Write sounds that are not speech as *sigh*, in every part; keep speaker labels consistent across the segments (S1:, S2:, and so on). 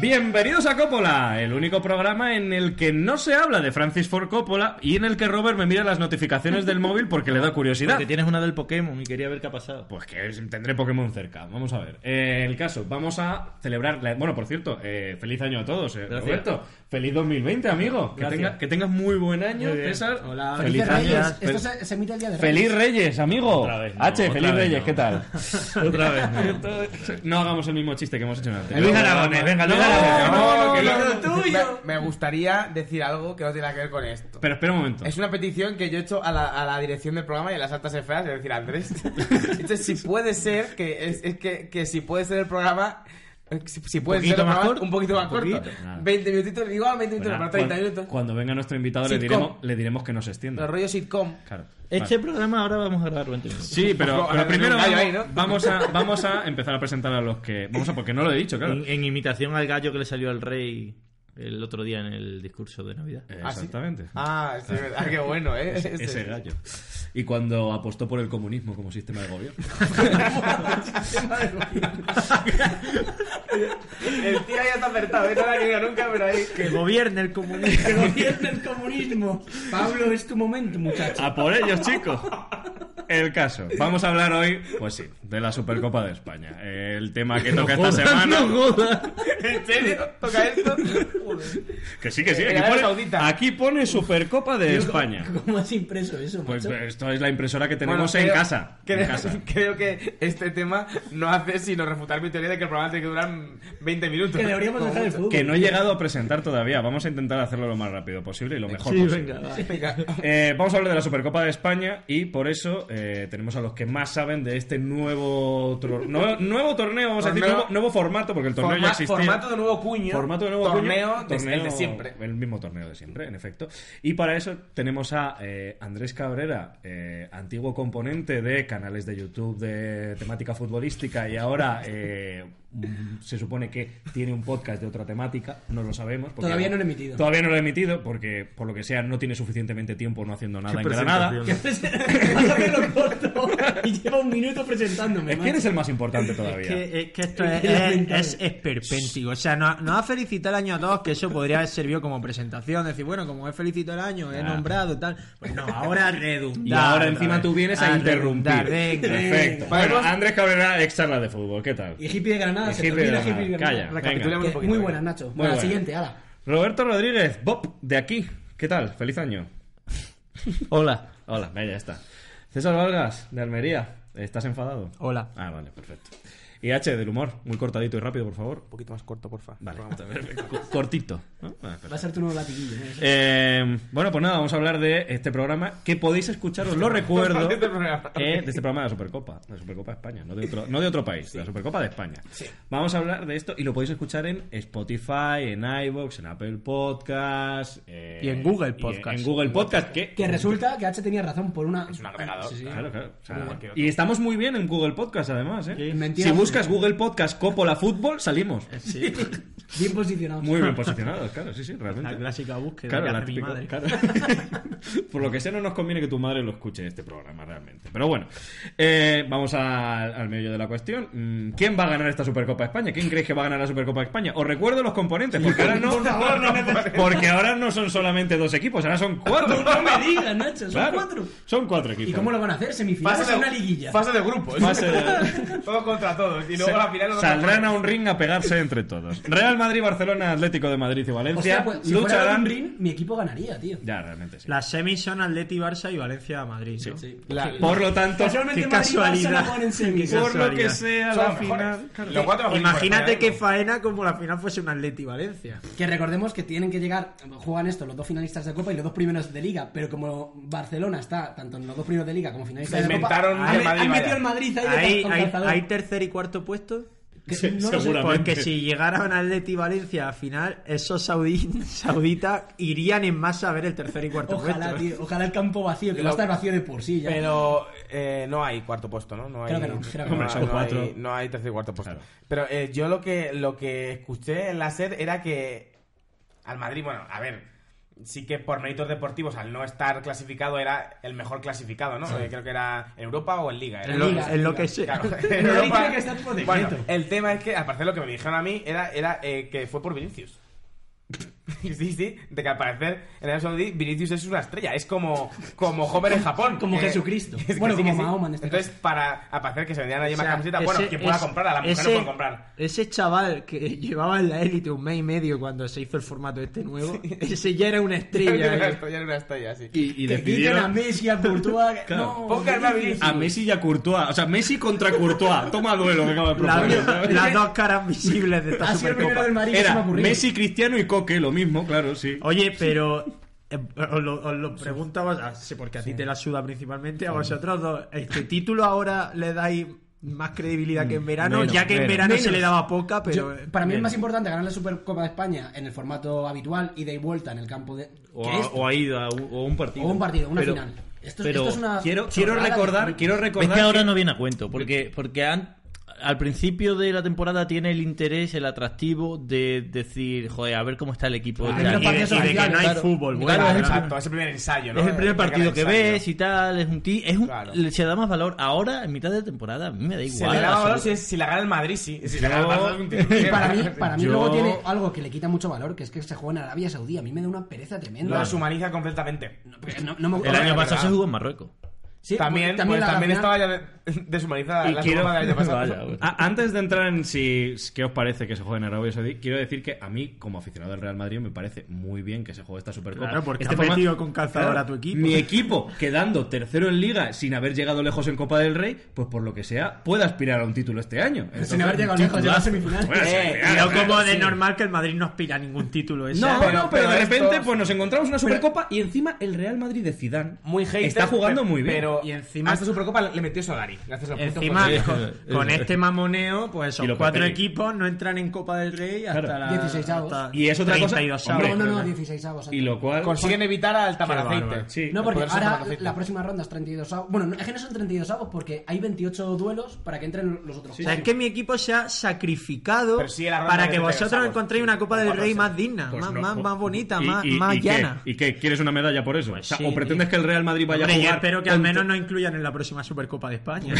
S1: Bienvenidos a Coppola, el único programa en el que no se habla de Francis Ford Coppola y en el que Robert me mira las notificaciones del móvil porque le da curiosidad.
S2: Porque tienes una del Pokémon y quería ver qué ha pasado.
S1: Pues que tendré Pokémon cerca, vamos a ver. Eh, el caso, vamos a celebrar... la- Bueno, por cierto, eh, feliz año a todos, eh,
S2: Gracias.
S1: Roberto. Feliz 2020, amigo. Que,
S2: Gracias.
S1: tenga- que tengas muy buen año,
S2: Muy bien.
S1: César.
S2: Hola.
S1: feliz
S2: Felices
S1: año.
S2: Reyes.
S1: Fel-
S3: Esto se, se emite el día de Reyes.
S1: Feliz Reyes, amigo.
S2: Otra vez no,
S1: H,
S2: otra
S1: feliz
S2: vez
S1: Reyes,
S2: no.
S1: ¿qué tal?
S2: *laughs* Otra vez, no.
S1: *laughs* No hagamos el mismo chiste que hemos hecho antes.
S2: Luis Aragonés, venga, Luis Aragonés.
S1: no, que no.
S3: Me, me gustaría decir algo que no tiene nada que ver con esto.
S1: Pero espera un momento.
S3: Es una petición que yo he hecho a la, a la dirección del programa y a las altas esferas, es decir, a *laughs* Andrés. Entonces, si puede ser que, es, es que, que si puede ser el programa. eh, Si, si puede ser
S2: poquito
S3: el
S2: más
S3: programa
S2: corto?
S3: un poquito más corto.
S2: poquito,
S1: nada.
S3: 20 minutitos, igual 20
S1: Bueno,
S3: minutos, para 30
S1: cuan-
S3: minutos.
S1: Cuando venga nuestro invitado le
S3: Sitcom.
S1: diremos, le diremos que nos extienda.
S3: Los rollos sitcom.
S1: Claro.
S2: Este
S1: Vale.
S2: programa ahora vamos a grabar 20 minutos.
S1: Sí, pero,
S3: Vamos a
S1: pero
S3: darle
S1: primero
S3: un gallo
S1: vamos,
S3: ahí, ¿no?
S1: vamos a, vamos a empezar a presentar a los que... Vamos a, porque no lo he dicho, claro.
S2: En, en imitación al gallo que le salió al rey el otro día en el discurso de Navidad.
S1: Eh,
S3: *laughs* ¿Ah, sí?
S1: Exactamente.
S3: Ah, sí, verdad, qué bueno, ¿eh? *laughs* Ese-
S1: Ese gallo. Y cuando apostó por el comunismo como sistema de
S3: *laughs*
S1: gobierno.
S3: El tío ya está acertado, ¿eh? No la había nunca, pero ahí.
S2: Que gobierne el comunismo.
S4: Que gobierne el comunismo. Pablo, es tu momento, muchacho.
S1: A por ellos, chicos. El caso. Vamos a hablar hoy, pues sí, de la Supercopa de España. El tema que toca esta
S2: *laughs*
S1: semana.
S4: *laughs*
S3: *laughs* ¿En serio? ¿Toca esto? Joder.
S1: Que sí, que sí.
S3: Eh,
S1: Aquí
S3: Arabia
S1: pone,
S3: Saudita.
S1: aquí pone Supercopa de España.
S4: ¿Cómo has impreso eso,
S1: Pues
S4: macho?
S1: esto es la impresora que tenemos
S3: Bueno,
S1: en
S3: creo- *laughs*
S1: casa.
S3: Creo,
S1: en casa.
S3: creo que este tema no hace sino refutar mi teoría de que el programa tiene que durar 20 minutos.
S4: que deberíamos
S3: Como
S4: dejar el
S3: mucho.
S4: fútbol.
S1: Que no he llegado a presentar todavía. Vamos a intentar hacerlo lo más rápido posible y lo mejor
S2: Sí,
S1: posible.
S2: venga, va.
S3: Venga.
S1: Eh, vamos a hablar de la Supercopa de España y por eso eh, tenemos a los que más saben de este nuevo tro- *laughs* nuevo, nuevo torneo, vamos a decir,
S3: Torneo-
S1: nuevo, nuevo formato, porque el torneo
S3: Forma-
S1: ya existía.
S3: Formato de nuevo cuño.
S1: Formato de nuevo
S3: torneo,
S1: cuño,
S3: de-
S1: torneo-
S3: el de siempre.
S1: El mismo torneo de siempre, en efecto. Y para eso tenemos a eh, Andrés Cabrera, eh, antiguo componente de canales de YouTube de temática futbolística y ahora eh, mm, se supone que tiene un podcast de otra temática, no lo sabemos. porque-
S4: Todavía no lo he emitido.
S1: Todavía no lo he emitido porque, por lo que sea, no tiene suficientemente tiempo no haciendo nada en Granada.
S4: *laughs* Vas a verlo corto. Y lleva un minuto presentándome.
S1: Es que eres el más importante todavía.
S2: Que, es
S1: *laughs*
S2: que esto es,
S4: Lamentable.
S2: es, es esperpéntico. O sea, no, no ha felicitado el año a todos, que eso podría haber servido como presentación. Decir, bueno, como he felicitado el año, he nombrado tal. Pues no, ahora redundar.
S1: Y ahora
S2: otra
S1: encima
S2: vez.
S1: tú vienes a interrumpir.
S2: redundar, venga.
S1: Perfecto.
S3: Podemos-
S1: Bueno, Andrés Cabrera, ex charla de fútbol, ¿qué tal?
S4: macho. Y hippie de Granada,
S1: Y
S4: se
S1: hippie
S4: te
S1: de
S4: olvida
S1: Granada.
S4: hippie de Granada.
S1: Calla.
S3: Recapitulemos un
S4: Que-
S3: poquito.
S4: Muy
S3: venga.
S4: buenas, Nacho.
S1: Muy
S4: a
S1: buena.
S4: la siguiente, ala.
S1: Roberto Rodríguez, Bob, de aquí. ¿Qué tal? Feliz año.
S2: Hola.
S1: Hola, ya está. César Vargas, de Almería. ¿Estás enfadado?
S2: Hola.
S1: Ah, vale, perfecto. Y H, del humor. Muy cortadito y rápido, por favor.
S3: Un poquito más corto, porfa. *laughs*
S1: Vale, *laughs* perfecto. Co- cortito. ¿no? Vale, perfecto.
S4: Va a ser tu nuevo latiguillo. ¿eh?
S1: Eh, bueno, pues nada, vamos a hablar de este programa que podéis escuchar, os lo
S4: *laughs*
S1: recuerdo,
S3: De este programa.
S1: eh, de este programa de la Supercopa, de la Supercopa de España, no de otro, no de otro país, de la Supercopa de España. Vamos a hablar de esto y lo podéis escuchar en Spotify, en iVoox, en Apple Podcast eh,
S2: Y en Google
S1: y
S2: Podcast.
S1: en Google Podcast, que,
S4: Que resulta que H tenía razón por una.
S3: Es un agregador.
S1: Claro, claro. O sea,
S3: Como cualquier otro.
S1: y estamos muy bien en Google Podcast, además. ¿eh?
S4: Sí. Mentira.
S1: Si buscas Google Podcast Coppola Fútbol, salimos.
S4: Bien posicionado.
S1: Muy bien posicionados, claro, sí, sí,
S2: La
S1: realmente.
S2: clásica búsqueda
S1: Claro,
S2: que
S1: la
S2: hace mi
S1: típica-
S2: madre.
S1: claro. *laughs* Por lo que sea, no nos conviene que tu madre lo escuche este programa realmente. Pero bueno, eh, vamos al, al medio de la cuestión. Mm, ¿Quién va a ganar esta Supercopa España? ¿Quién creéis que va a ganar la Supercopa España? Os recuerdo los componentes, porque ahora no, porque ahora no son solamente dos equipos, ahora son cuatro.
S4: *laughs* *laughs* No me digas, Nacho. Son
S1: Claro,
S4: cuatro.
S1: Son cuatro equipos.
S4: ¿Y cómo lo van a hacer? Semifinales en una liguilla.
S3: fase de grupos.
S1: Fase de-
S3: Todo contra todo, *laughs* todos. Y luego al final los otros-
S1: Saldrán a un ring a pegarse entre todos. Real Madrid, Barcelona, Atlético de Madrid y Valencia
S4: Hostia, pues, si fuera
S1: lucharán.
S4: un ring, mi equipo ganaría, tío.
S1: Ya, realmente sí.
S2: Las semis son Atleti, Barça y Valencia, Madrid. ¿no?
S4: Sí.
S3: La-
S1: Por lo tanto,
S4: Casualmente
S2: qué
S4: Madrid y Barça
S2: casualidad.
S4: no juegan en semis.
S2: Qué
S1: por lo que
S2: casualidad.
S1: sea
S3: Son
S1: la
S3: los mejores.
S1: final.
S3: Los cuatro mejores
S2: Imagínate
S3: equipos,
S2: que
S3: ¿eh?
S2: faena como la final fuese un Atleti Valencia.
S4: Que recordemos que tienen que llegar, juegan esto, los dos finalistas de Copa y los dos primeros de Liga, pero como Barcelona está tanto en los dos primeros de Liga como finalistas
S3: Se
S4: de Copa,
S3: inventaron
S4: han,
S3: que Madrid
S4: han
S3: vaya.
S4: metido el Madrid ahí, de
S2: Ahí,
S4: con
S2: hay,
S4: calzador.
S2: hay tercer y cuarto puesto.
S4: Que
S1: Sí,
S4: no lo sé.
S1: seguramente.
S2: Porque si llegaran Atleti y Valencia a final, esos saudí- sauditas irían en masa a ver el tercer y cuarto
S4: Ojalá,
S2: puesto.
S4: tío, ojalá el campo vacío, que va a estar vacío de por sí ya.
S3: Pero eh, no hay cuarto puesto, ¿no? no hay,
S4: Creo que no, creo que
S1: Hombre,
S3: no,
S1: son
S3: no
S1: cuatro.
S3: Hay, no hay tercer y cuarto puesto.
S1: Claro.
S3: Pero eh, yo lo que, lo que escuché en la sed era que al Madrid, bueno, a ver, sí que por méritos deportivos, al no estar clasificado, era el mejor clasificado, ¿no? Eh, creo que era en Europa o en Liga. era.
S2: En lo,
S4: Liga,
S2: en lo
S4: Liga,
S2: que sea.
S3: Claro, en
S4: Pero ahí
S3: Europa-
S4: tiene que estar por
S3: bueno,
S4: decreto.
S3: el tema es que, al parecer, lo que me dijeron a mí era, era eh, que fue por Vinicius. Sí, sí, de que al parecer en Arabia Saudí Vinicius es una estrella, es como, como Homer
S2: *laughs*
S3: en Japón.
S4: Como
S3: que-
S4: Jesucristo.
S3: que sí,
S4: Bueno,
S3: que
S4: como
S3: sí.
S4: Mahoma en este
S3: Entonces, para al parecer que se vendían allí
S2: O
S3: más
S2: sea,
S3: camisetas, bueno,
S2: ese-
S3: que pueda
S2: ese-
S3: comprar, a la mujer no
S2: ese-
S3: puede comprar.
S2: Ese chaval que *laughs* llevaba en la élite un mes y medio cuando se hizo el formato este nuevo, *laughs* ese ya era una
S3: *laughs* Ya era
S2: estrella.
S3: una
S2: eh.
S3: estrella, era una estrella, sí.
S1: Y, y
S4: que quiten a
S1: decidieron
S4: Messi, a Courtois... que-
S1: Claro.
S4: No,
S3: Pónganme a Vinicius.
S1: a Messi y a Courtois. O sea, Messi contra Courtois. Toma duelo que acaba de
S2: La-
S1: proponer. ¿sabes?
S2: las dos caras visibles
S3: *laughs*
S2: de
S3: Ah,
S2: esta
S4: Ha sido el
S2: Supercopa.
S4: primero del Madrid que se me
S1: Era
S4: ha ocurrido.
S1: Messi, Cristiano y Coque, lo mismo, claro, sí.
S2: Oye, pero eh, os lo, os lo pregunto a vos- ah, sí, porque a ti te la suda principalmente, a vosotros dos, ¿este título ahora le dais más credibilidad que en
S3: Mm.
S2: verano?
S1: menos,
S2: ya que en
S1: menos.
S2: verano se
S4: Menos.
S2: le daba poca, pero...
S4: Yo- para mí es
S2: menos.
S4: más importante ganar la Supercopa de España en el formato habitual, ida y vuelta en el campo de...
S5: O,
S4: que
S5: a-
S4: esto.
S5: o ha ido a un, o un partido.
S4: O un partido, una
S5: Pero-
S4: final. Esto,
S5: pero
S4: esto es una
S1: Quiero, quiero
S4: chorrada de-
S1: recordar, quiero
S5: Es
S1: recordar
S5: que ahora no viene a cuento, porque, porque an- al principio de la temporada tiene el interés, el atractivo de decir, joder, a ver cómo está el equipo.
S4: Ah,
S5: este
S4: y los
S5: año.
S4: partidos
S5: Y de- y de
S4: oficiales,
S5: que no hay
S4: claro.
S5: fútbol.
S4: Claro,
S5: bueno,
S3: Claro,
S5: es,
S3: exacto, es el primer ensayo, ¿no?
S5: es el primer partido que
S3: ensayo.
S5: ves y tal, es un ti, es un-
S3: Claro.
S5: se da más valor. Ahora, en mitad de temporada, a mí me da igual.
S3: Se le
S5: o
S3: daba
S5: sea,
S3: valor si, si la gana el Madrid, sí. Si la gana el Barça, es un título.
S4: Y para mí, para mí
S1: Yo-
S4: luego tiene algo que le quita mucho valor, que es que se juega en Arabia Saudí. A mí me da una pereza tremenda.
S3: Lo deshumaniza completamente.
S4: No, porque no- no me-
S5: El año pasado
S3: verdad.
S5: se jugó en Marruecos.
S4: Sí,
S3: también, pues,
S4: la-
S3: también
S4: la-
S3: estaba ya de- *laughs* deshumanizada
S5: Y
S3: la
S5: quiero-
S3: Supercopa del año pasado.
S5: Vaya, bueno.
S1: A- antes de entrar en si qué os parece que se juegue en Arabia Saudí, quiero decir que a mí, como aficionado del Real Madrid, me parece muy bien que se juegue esta Supercopa. Este
S2: Claro, porque has metido con calzador a tu equipo.
S1: Mi equipo, quedando tercero en Liga sin haber llegado lejos en Copa del Rey, pues por lo que sea, puede aspirar a un título este año.
S4: Sin haber llegado lejos de la semifinal.
S1: Bueno, sí,
S3: Eh,
S1: claro,
S2: Pero como de normal que el Madrid no aspira a ningún título. ese
S1: No,
S2: año.
S3: pero-
S1: no, pero, de
S3: pero
S1: repente
S3: esto-
S1: pues nos encontramos una Supercopa y encima el Real Madrid de Zidane
S3: Muy hater,
S1: está jugando
S3: pe-
S1: muy bien.
S3: Pero
S2: Y encima-
S3: a esta Supercopa le metió Solari. Gracias al puto
S2: Encima,
S3: José Luis.
S2: con, *laughs* con este mamoneo, pues
S1: Y
S2: esos
S1: los
S2: cuatro
S1: papeles.
S2: equipos no entran en Copa del Rey hasta
S1: Claro.
S2: la...
S4: 16avos.
S2: hasta
S1: Y es otra cosa- *laughs*
S2: 32avos.
S1: Hombre.
S4: No, no, no, 16 avos.
S1: y lo cual
S3: Consiguen evitar al
S2: bárbaro.
S3: Tamaraceite.
S1: Sí.
S4: No,
S3: El
S4: porque
S3: poderoso
S4: ahora
S3: Tamaraceite.
S4: la próxima ronda es 32 avos. Bueno, no, es que no son 32 avos porque hay 28 duelos para que entren los otros.
S2: O sea, es que mi equipo se ha sacrificado
S3: Pero sí, la ronda
S2: para
S3: de
S2: que vosotros
S3: terceros,
S2: encontréis
S3: sí.
S2: una Copa del
S3: Cuatro,
S2: Rey
S3: sí.
S2: más digna,
S1: Pues
S2: más,
S1: no,
S2: más,
S1: pues-
S2: más bonita,
S1: y-
S2: más,
S1: y-
S2: más
S1: y qué?
S2: llana. Pues
S1: ¿Y qué? ¿Quieres una medalla por eso? O sea,
S2: sí,
S1: ¿O pretendes que el Real Madrid vaya
S2: Hombre,
S1: a
S2: yo
S1: jugar?
S2: espero que al
S1: contra-
S2: menos no incluyan en la próxima Supercopa de
S1: *laughs*
S2: España.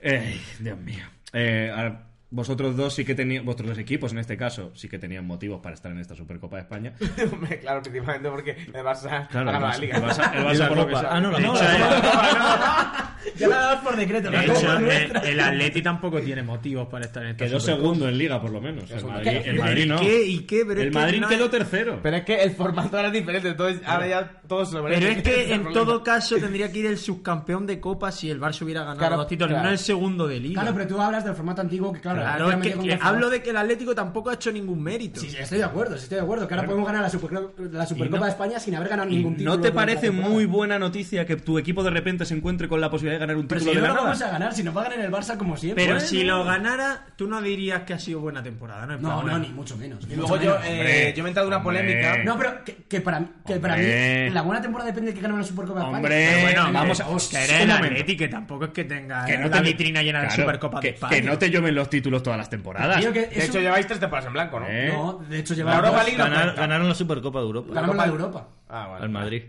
S1: Ey, Dios mío. Eh, ahora, vosotros dos sí que tenían, vuestros dos equipos en este caso, sí que tenían motivos para estar en esta Supercopa de
S2: *laughs*
S1: España.
S3: Hombre, *laughs* claro, principalmente porque el Barça
S1: Claro,
S3: ha ganado
S1: el
S3: la
S1: Barça-
S3: Liga.
S1: el Barça- el Barça
S5: Y la
S1: por lo que
S5: Copa.
S1: sea.
S5: Ah, no, la
S2: De
S5: Copa.
S2: hecho,
S4: *laughs* Ya la dabas por decreto.
S2: De hecho, el, el Atleti tampoco tiene motivos para estar en esta
S1: Quedó
S2: Supercopa.
S1: segundo en Liga, por lo menos. El Madrid, el
S2: ¿Y
S1: Madrid no.
S2: qué? ¿Y qué? Pero es
S1: el
S2: que
S1: Madrid
S2: no
S1: quedó
S2: es-
S1: tercero.
S3: Pero es que el formato ahora es diferente, entonces ahora ya todos se lo
S2: Pero
S3: merecen.
S2: es que
S3: *laughs* Ese el
S2: en
S3: problema.
S2: todo caso tendría que ir el subcampeón de Copa si el Barça hubiera ganado
S3: Claro,
S2: dos títulos,
S3: claro.
S2: no el segundo de Liga.
S4: Claro, pero tú hablas del formato antiguo que, claro,
S2: Claro,
S4: ahora
S2: es
S4: me
S2: que,
S4: llego
S2: que
S4: con
S2: hablo
S4: favor.
S2: de que el Atlético tampoco ha hecho ningún mérito.
S4: Sí, sí, estoy de acuerdo, sí, estoy de acuerdo. Que ahora podemos ganar la, Superclo- la Supercopa de España sin haber ganado ningún título.
S1: ¿No te
S4: durante la
S1: parece
S4: temporada?
S1: muy buena noticia que tu equipo de repente se encuentre con la posibilidad de ganar un
S4: Pero
S1: título
S4: si no
S1: de
S4: lo
S1: la
S4: vamos
S1: nada?
S4: a ganar, si nos va a ganar el Barça como siempre. ¿eh?
S2: Pero
S4: Bueno.
S2: si lo ganara, tú no dirías que ha sido buena temporada, ¿no? En plan,
S4: No, no,
S2: bueno,
S4: ni mucho menos.
S3: Y luego yo, eh, yo me he entrado en una
S1: Hombre.
S3: polémica.
S4: No, pero que, que para, mí- que para
S1: Hombre.
S4: mí la buena temporada depende de que gane una Supercopa de España.
S1: Hombre.
S4: Pero
S3: eh,
S2: Bueno,
S4: en
S1: vamos
S2: vamos
S1: a-
S2: a
S1: Hostia,
S2: que
S1: un
S2: eres el
S1: momento.
S2: Atleti, que tampoco es que tenga
S1: Que eh. no
S2: la
S1: te-
S2: vitrina llena
S1: Claro,
S2: de Supercopa
S1: que-
S2: de España.
S1: Que no te lloven los títulos todas las temporadas.
S4: Tío, que
S3: De
S4: es
S3: hecho,
S4: un-
S3: lleváis tres temporadas en blanco, ¿no?
S1: Eh.
S4: No, de hecho
S3: La
S4: llevamos
S3: Europa League no
S5: Ganar-
S3: cuenta.
S5: ganaron la Supercopa de Europa.
S4: ganamos la de Europa.
S3: Ah,
S5: Al
S3: vale.
S5: Madrid.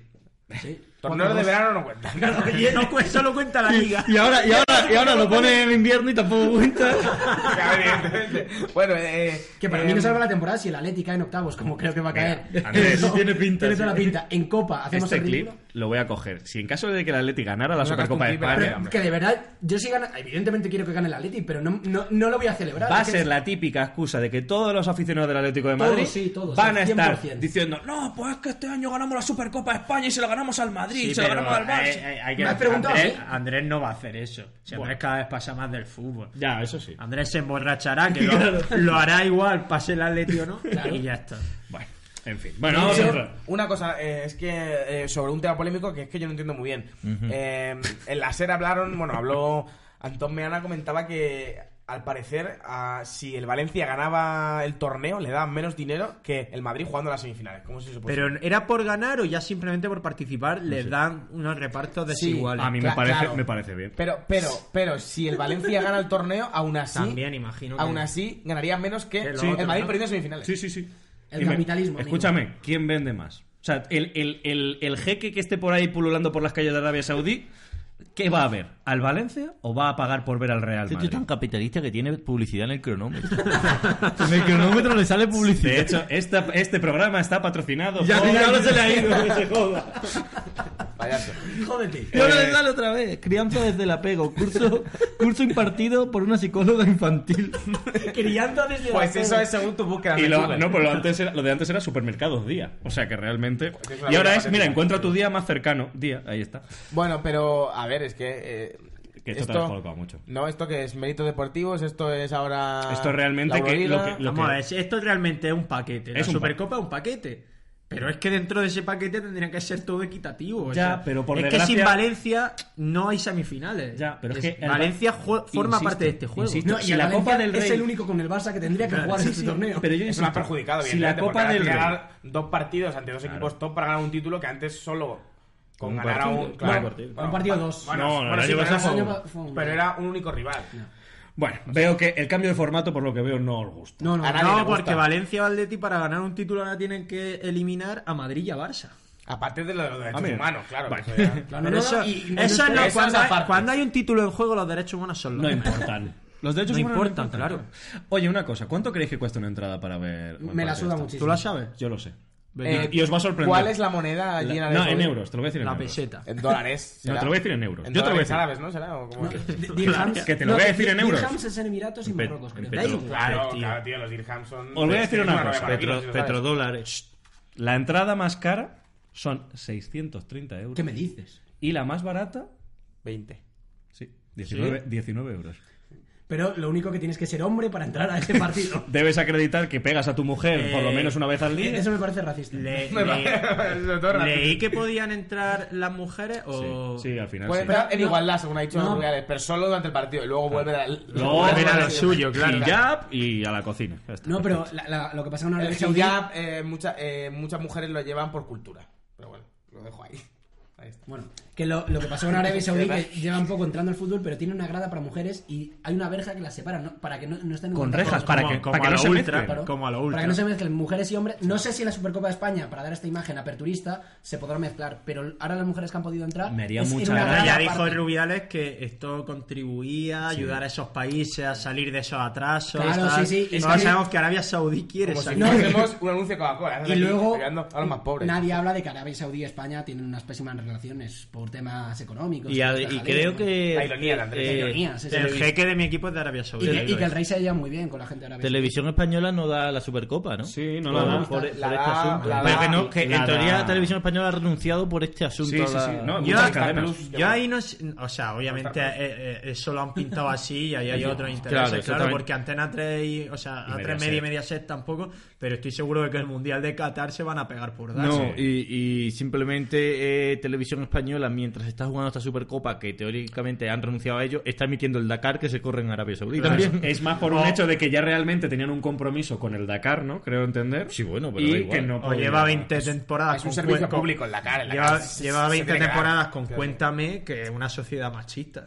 S4: Sí.
S3: Torneo de verano *laughs* no cuenta. *laughs*
S4: *laughs*
S2: Oye, no, cu- solo cuenta la liga.
S6: Y ahora, y ahora, y ahora lo pone en invierno y tampoco cuenta.
S3: Evidentemente. bueno, eh,
S4: Que para
S3: eh,
S4: mí no salva la temporada si el Atlético cae en octavos, como creo que va a caer.
S1: Andrés,
S4: No,
S6: tiene pinta,
S4: Tiene
S6: sí.
S4: toda la pinta. En Copa hacemos
S1: Este
S4: el
S1: clip
S4: ridículo.
S1: lo voy a coger. Si en caso de que el Atleti ganara la
S3: No sacas
S1: Supercopa de
S3: un clip,
S1: España,
S3: hombre.
S4: Que de verdad, yo sí gana. Evidentemente quiero que gane el Atlético, pero no, no, no lo voy a celebrar.
S1: va a
S4: Es que
S1: ser
S4: es-
S1: la típica excusa de que todos los aficionados del Atlético de
S4: Todos,
S1: Madrid
S4: sí, todos,
S1: van a
S4: al
S1: estar
S4: 100%.
S1: diciendo no, pues es que este año ganamos la Supercopa de España y se la ganamos al Madrid,
S2: Sí,
S1: se la
S2: pero,
S1: ganamos al Barça.
S2: eh, eh, hay que-
S4: Me has preguntado
S2: Andrés,
S4: a mí.
S2: Andrés no va a hacer eso. Si Andrés cada vez pasa más del fútbol.
S1: Ya, eso sí.
S2: Andrés se emborrachará,
S6: *laughs*
S2: que lo, lo hará igual, pase el Atleti o no, y ya está.
S1: Bueno, en fin. Bueno, vamos a
S3: Eh,
S1: entrar.
S3: Una cosa, eh, es que eh, sobre un tema polémico que es que yo no entiendo muy bien. Eh, en la SER hablaron, bueno, habló Antón Meana, comentaba que al parecer ah, si el Valencia ganaba el torneo le daban menos dinero que el Madrid jugando las semifinales. ¿Cómo es eso posible?
S2: Pero ¿era por ganar o ya simplemente por participar les dan unos repartos desiguales?
S1: A mí me
S3: Cla-
S1: parece,
S3: claro.
S1: me parece bien.
S3: Pero, pero, pero, si el Valencia gana el torneo, aún así,
S2: También imagino que-
S3: aún así ganaría menos que,
S2: Que lo
S3: el
S2: otro,
S3: Madrid
S2: ¿no?
S3: perdiendo semifinales.
S1: Sí, sí, sí.
S4: El
S1: Dime,
S4: capitalismo, amigo.
S1: Escúchame, ¿quién vende más? O sea, el, el- el- el jeque que esté por ahí pululando por las calles de Arabia Saudí, ¿qué va a ver? ¿Al Valencia o va a pagar por ver al Real
S6: Este tío
S1: Madrid?
S6: es tan capitalista que tiene publicidad en el *laughs* cronómetro. en el cronómetro le sale
S1: De
S6: publicidad.
S1: hecho, esta- este programa está patrocinado
S6: Ya,
S1: por...
S6: ya no se le
S1: *laughs*
S6: ha
S1: ido, que se joda.
S3: Payaso.
S4: Jódete.
S6: Yo le sale otra vez. Crianza desde el apego. *laughs* Curso, curso impartido por una psicóloga infantil.
S4: Criando desde la
S3: Pues
S4: cena.
S3: eso es según tu búsqueda.
S1: Y
S3: de
S1: lo,
S3: Google.
S1: no, pues lo, antes era- lo de antes era supermercados día. O sea que realmente...
S3: es una
S1: Y ahora
S3: vida
S1: es, mira,
S3: patética.
S1: encuentra tu día más cercano. Día, ahí está.
S3: Bueno, pero a ver, es que. eh,
S1: Que esto te ha descolocado mucho.
S3: No, esto que es méritos deportivos, esto es ahora.
S1: Esto realmente
S3: la
S1: que-
S3: Euroliga.
S1: lo que- lo-
S2: Vamos a ver, si esto realmente es un paquete. La
S1: Es un
S2: Supercopa es un paquete. Pero es que dentro de ese paquete tendría que ser todo equitativo. o
S1: Ya,
S2: sea,
S1: pero por
S2: Es
S1: desgracia-
S2: que sin Valencia no hay semifinales.
S1: Ya, pero es que el-
S2: Valencia jue- forma
S1: Insisto,
S2: parte de este juego.
S1: insisto.
S4: No, y
S1: Si
S4: el
S1: la Copa
S4: Valencia
S1: del
S4: es
S1: Rey-
S4: el único con el Barça que tendría que jugar en este torneo.
S1: Pero yo
S3: Es
S1: insisto,
S3: más perjudicado,
S1: Si la
S3: evidentemente, porque
S1: Copa
S3: ahora
S1: del
S3: tienes que
S1: Rey...
S3: ganar dos partidos ante dos equipos top para ganar un título que antes solo con
S1: Un
S3: ganar a
S1: partido,
S3: un.
S1: un
S4: partido. Un partido, dos.
S3: Bueno,
S1: No,
S3: bueno,
S1: el
S3: sí,
S1: año
S3: pero
S1: pasado
S3: era-
S4: fue un- fue un-
S3: Pero era un único rival.
S1: Bueno, veo que el cambio de formato, por lo que veo, no os gusta.
S4: No, no,
S3: A nadie le
S2: No,
S3: gusta.
S2: porque Valencia o Atleti para ganar un título ahora tienen que eliminar a Madrid y a Barça.
S3: Aparte de lo de los derechos
S1: mira.
S3: humanos, claro.
S1: Vale.
S3: que eso ya-
S4: Claro,
S2: Pero
S4: no,
S2: eso,
S4: no, y- y-
S2: eso
S4: pero
S2: no,
S3: eso
S2: cuando,
S3: es
S2: hay,
S3: aparte.
S2: cuando hay un título en juego los derechos humanos son los
S1: No *laughs*
S2: mismos. *laughs*
S1: importan. Los derechos
S2: No
S1: humanos
S2: importan, claro.
S1: Oye, una cosa, ¿cuánto creéis que cuesta una entrada para ver? un
S4: Me la
S1: partido
S4: suda
S1: de esto?
S4: muchísimo.
S2: ¿Tú lo sabes?
S1: Yo lo sé.
S3: Eh,
S1: y os va a sorprender.
S3: ¿Cuál es la moneda
S1: La-
S3: allí en
S1: No,
S3: Arabia
S1: en
S3: Saudí?
S1: euros, te lo voy a decir en
S2: La
S1: euros. *laughs*
S2: peseta.
S3: En dólares.
S1: No,
S3: será.
S1: te lo voy a decir en euros.
S3: En
S1: Yo te lo voy a
S3: dólares
S1: decir.
S3: árabes, ¿no? ¿Será? ¿O cómo?
S4: Dirhams-
S1: Que te lo voy a decir en euros.
S4: Dirhams es en Emiratos y
S6: Pe-
S4: Marruecos, creo.
S6: en
S4: Da
S6: petro-
S4: igual.
S3: Claro,
S6: Efectivo.
S3: claro, tío, los dirhams son...
S1: Os voy a decir una cosa.
S6: Petro- petrodólares.
S1: eh, La entrada más cara son 630 euros.
S4: ¿Qué me dices?
S1: Y la más barata,
S3: 20.
S1: sí, 19, 19 euros.
S4: Pero lo único que tienes que ser hombre para entrar a este partido.
S1: Debes acreditar que pegas a tu mujer por lo menos una vez al día.
S4: Eso me parece racista.
S2: Le-
S3: *laughs*
S2: le- leí *laughs* que podían entrar las mujeres o...
S1: Sí, sí, al final.
S3: Puede
S1: sí.
S3: entrar en igualdad, según ha dicho
S4: No.
S3: los Rubiales, pero solo durante el partido. Y luego vuelven al...
S1: Luego
S2: Volver a
S1: al
S2: lo suyo, claro.
S1: Y ya, y a la cocina. Ya está.
S4: No, pero la- la- lo que pasa en Arabia
S3: El
S4: Saudí...
S3: hijab, eh, mucha- eh, muchas mujeres lo llevan por cultura. Pero bueno, lo dejo ahí. Ahí está.
S4: Bueno, que lo, lo que pasó
S2: *laughs*
S4: en Arabia Saudí, que lleva un poco entrando al fútbol, pero tiene una grada para mujeres y hay una verja que las separa ¿no? para que no, no estén en
S1: Con
S4: contacto.
S1: rejas, para que,
S2: como
S1: para que
S2: a
S1: no
S2: lo
S1: se
S2: ultra,
S1: mezclen.
S4: Claro.
S2: Como a lo ultra.
S4: Para que no se mezclen mujeres y hombres. No sé si en la Supercopa de España, para dar esta imagen aperturista, se podrá mezclar, pero ahora las mujeres que han podido entrar.
S1: Me haría
S4: es en
S1: mucha
S4: una
S1: gracia.
S2: Bueno, ya
S4: grada
S2: dijo
S4: aparte.
S2: Rubiales que esto contribuía a ayudar a esos países a salir de esos atrasos.
S4: Claro,
S2: tal.
S4: sí, sí, y
S2: Todos
S4: sí.
S2: sabemos que Arabia Saudí quiere
S3: Como si
S2: salir. *laughs*
S4: No,
S3: fuésemos un anuncio de Coca-Cola. ¿sabes?
S4: Y
S3: Aquí
S4: luego
S3: ayudando a los más pobres.
S4: nadie habla de que Arabia Saudí y España tienen unas pésimas relaciones por temas económicos.
S6: Y, a-
S4: por
S6: y
S4: jaleo,
S6: creo
S4: ¿no?
S3: La
S6: que
S3: ironía de Andrés.
S6: eh,
S4: Ironías, sí, sí.
S2: El jeque de mi equipo es de Arabia
S4: Y
S2: Saudí.
S4: que, y que el rey se lleva muy bien con la gente de Arabia Saudí.
S6: Televisión Española no da la Supercopa, ¿no?
S1: Sí, no
S6: Por-
S1: la da.
S6: por- por
S3: La
S6: este
S3: da-
S6: asunto.
S3: la
S6: Pero
S3: da-
S6: que no, que
S1: la
S6: en teoría
S1: da-
S6: Televisión Española ha renunciado por este asunto.
S1: Sí, sí, sí.
S6: a la-
S1: No,
S2: Yo-
S1: muchas cadenas.
S2: Yo ahí no es- O sea, obviamente eh, eh, eso lo han pintado así y ahí hay otros intereses. Claro,
S6: exactamente.
S2: porque Antena 3 y. O sea,
S1: Y
S2: A3 Media y
S1: Mediaset.
S2: Mediaset tampoco. Pero estoy seguro de que el Mundial de Qatar se van a pegar por dar.
S6: No, y, y simplemente eh, Televisión Española, mientras está jugando esta Supercopa, que teóricamente han renunciado a ello, está emitiendo el Dakar que se corre en Arabia Saudí. También.
S1: Es más por un hecho de que ya realmente tenían un compromiso con el Dakar, ¿no? Creo entender.
S6: Sí, bueno, pero
S1: y
S6: da igual.
S1: que no
S2: O
S1: podían-
S2: lleva 20 temporadas.
S3: Es un
S2: con
S3: servicio
S2: cuen- con-
S3: público en la cara. en la
S2: Lleva,
S3: cara. Se-
S2: lleva
S3: se
S2: 20
S3: tiene que
S2: temporadas
S3: ganar.
S2: con
S3: Sí, sí.
S2: Cuéntame, que es una sociedad machista.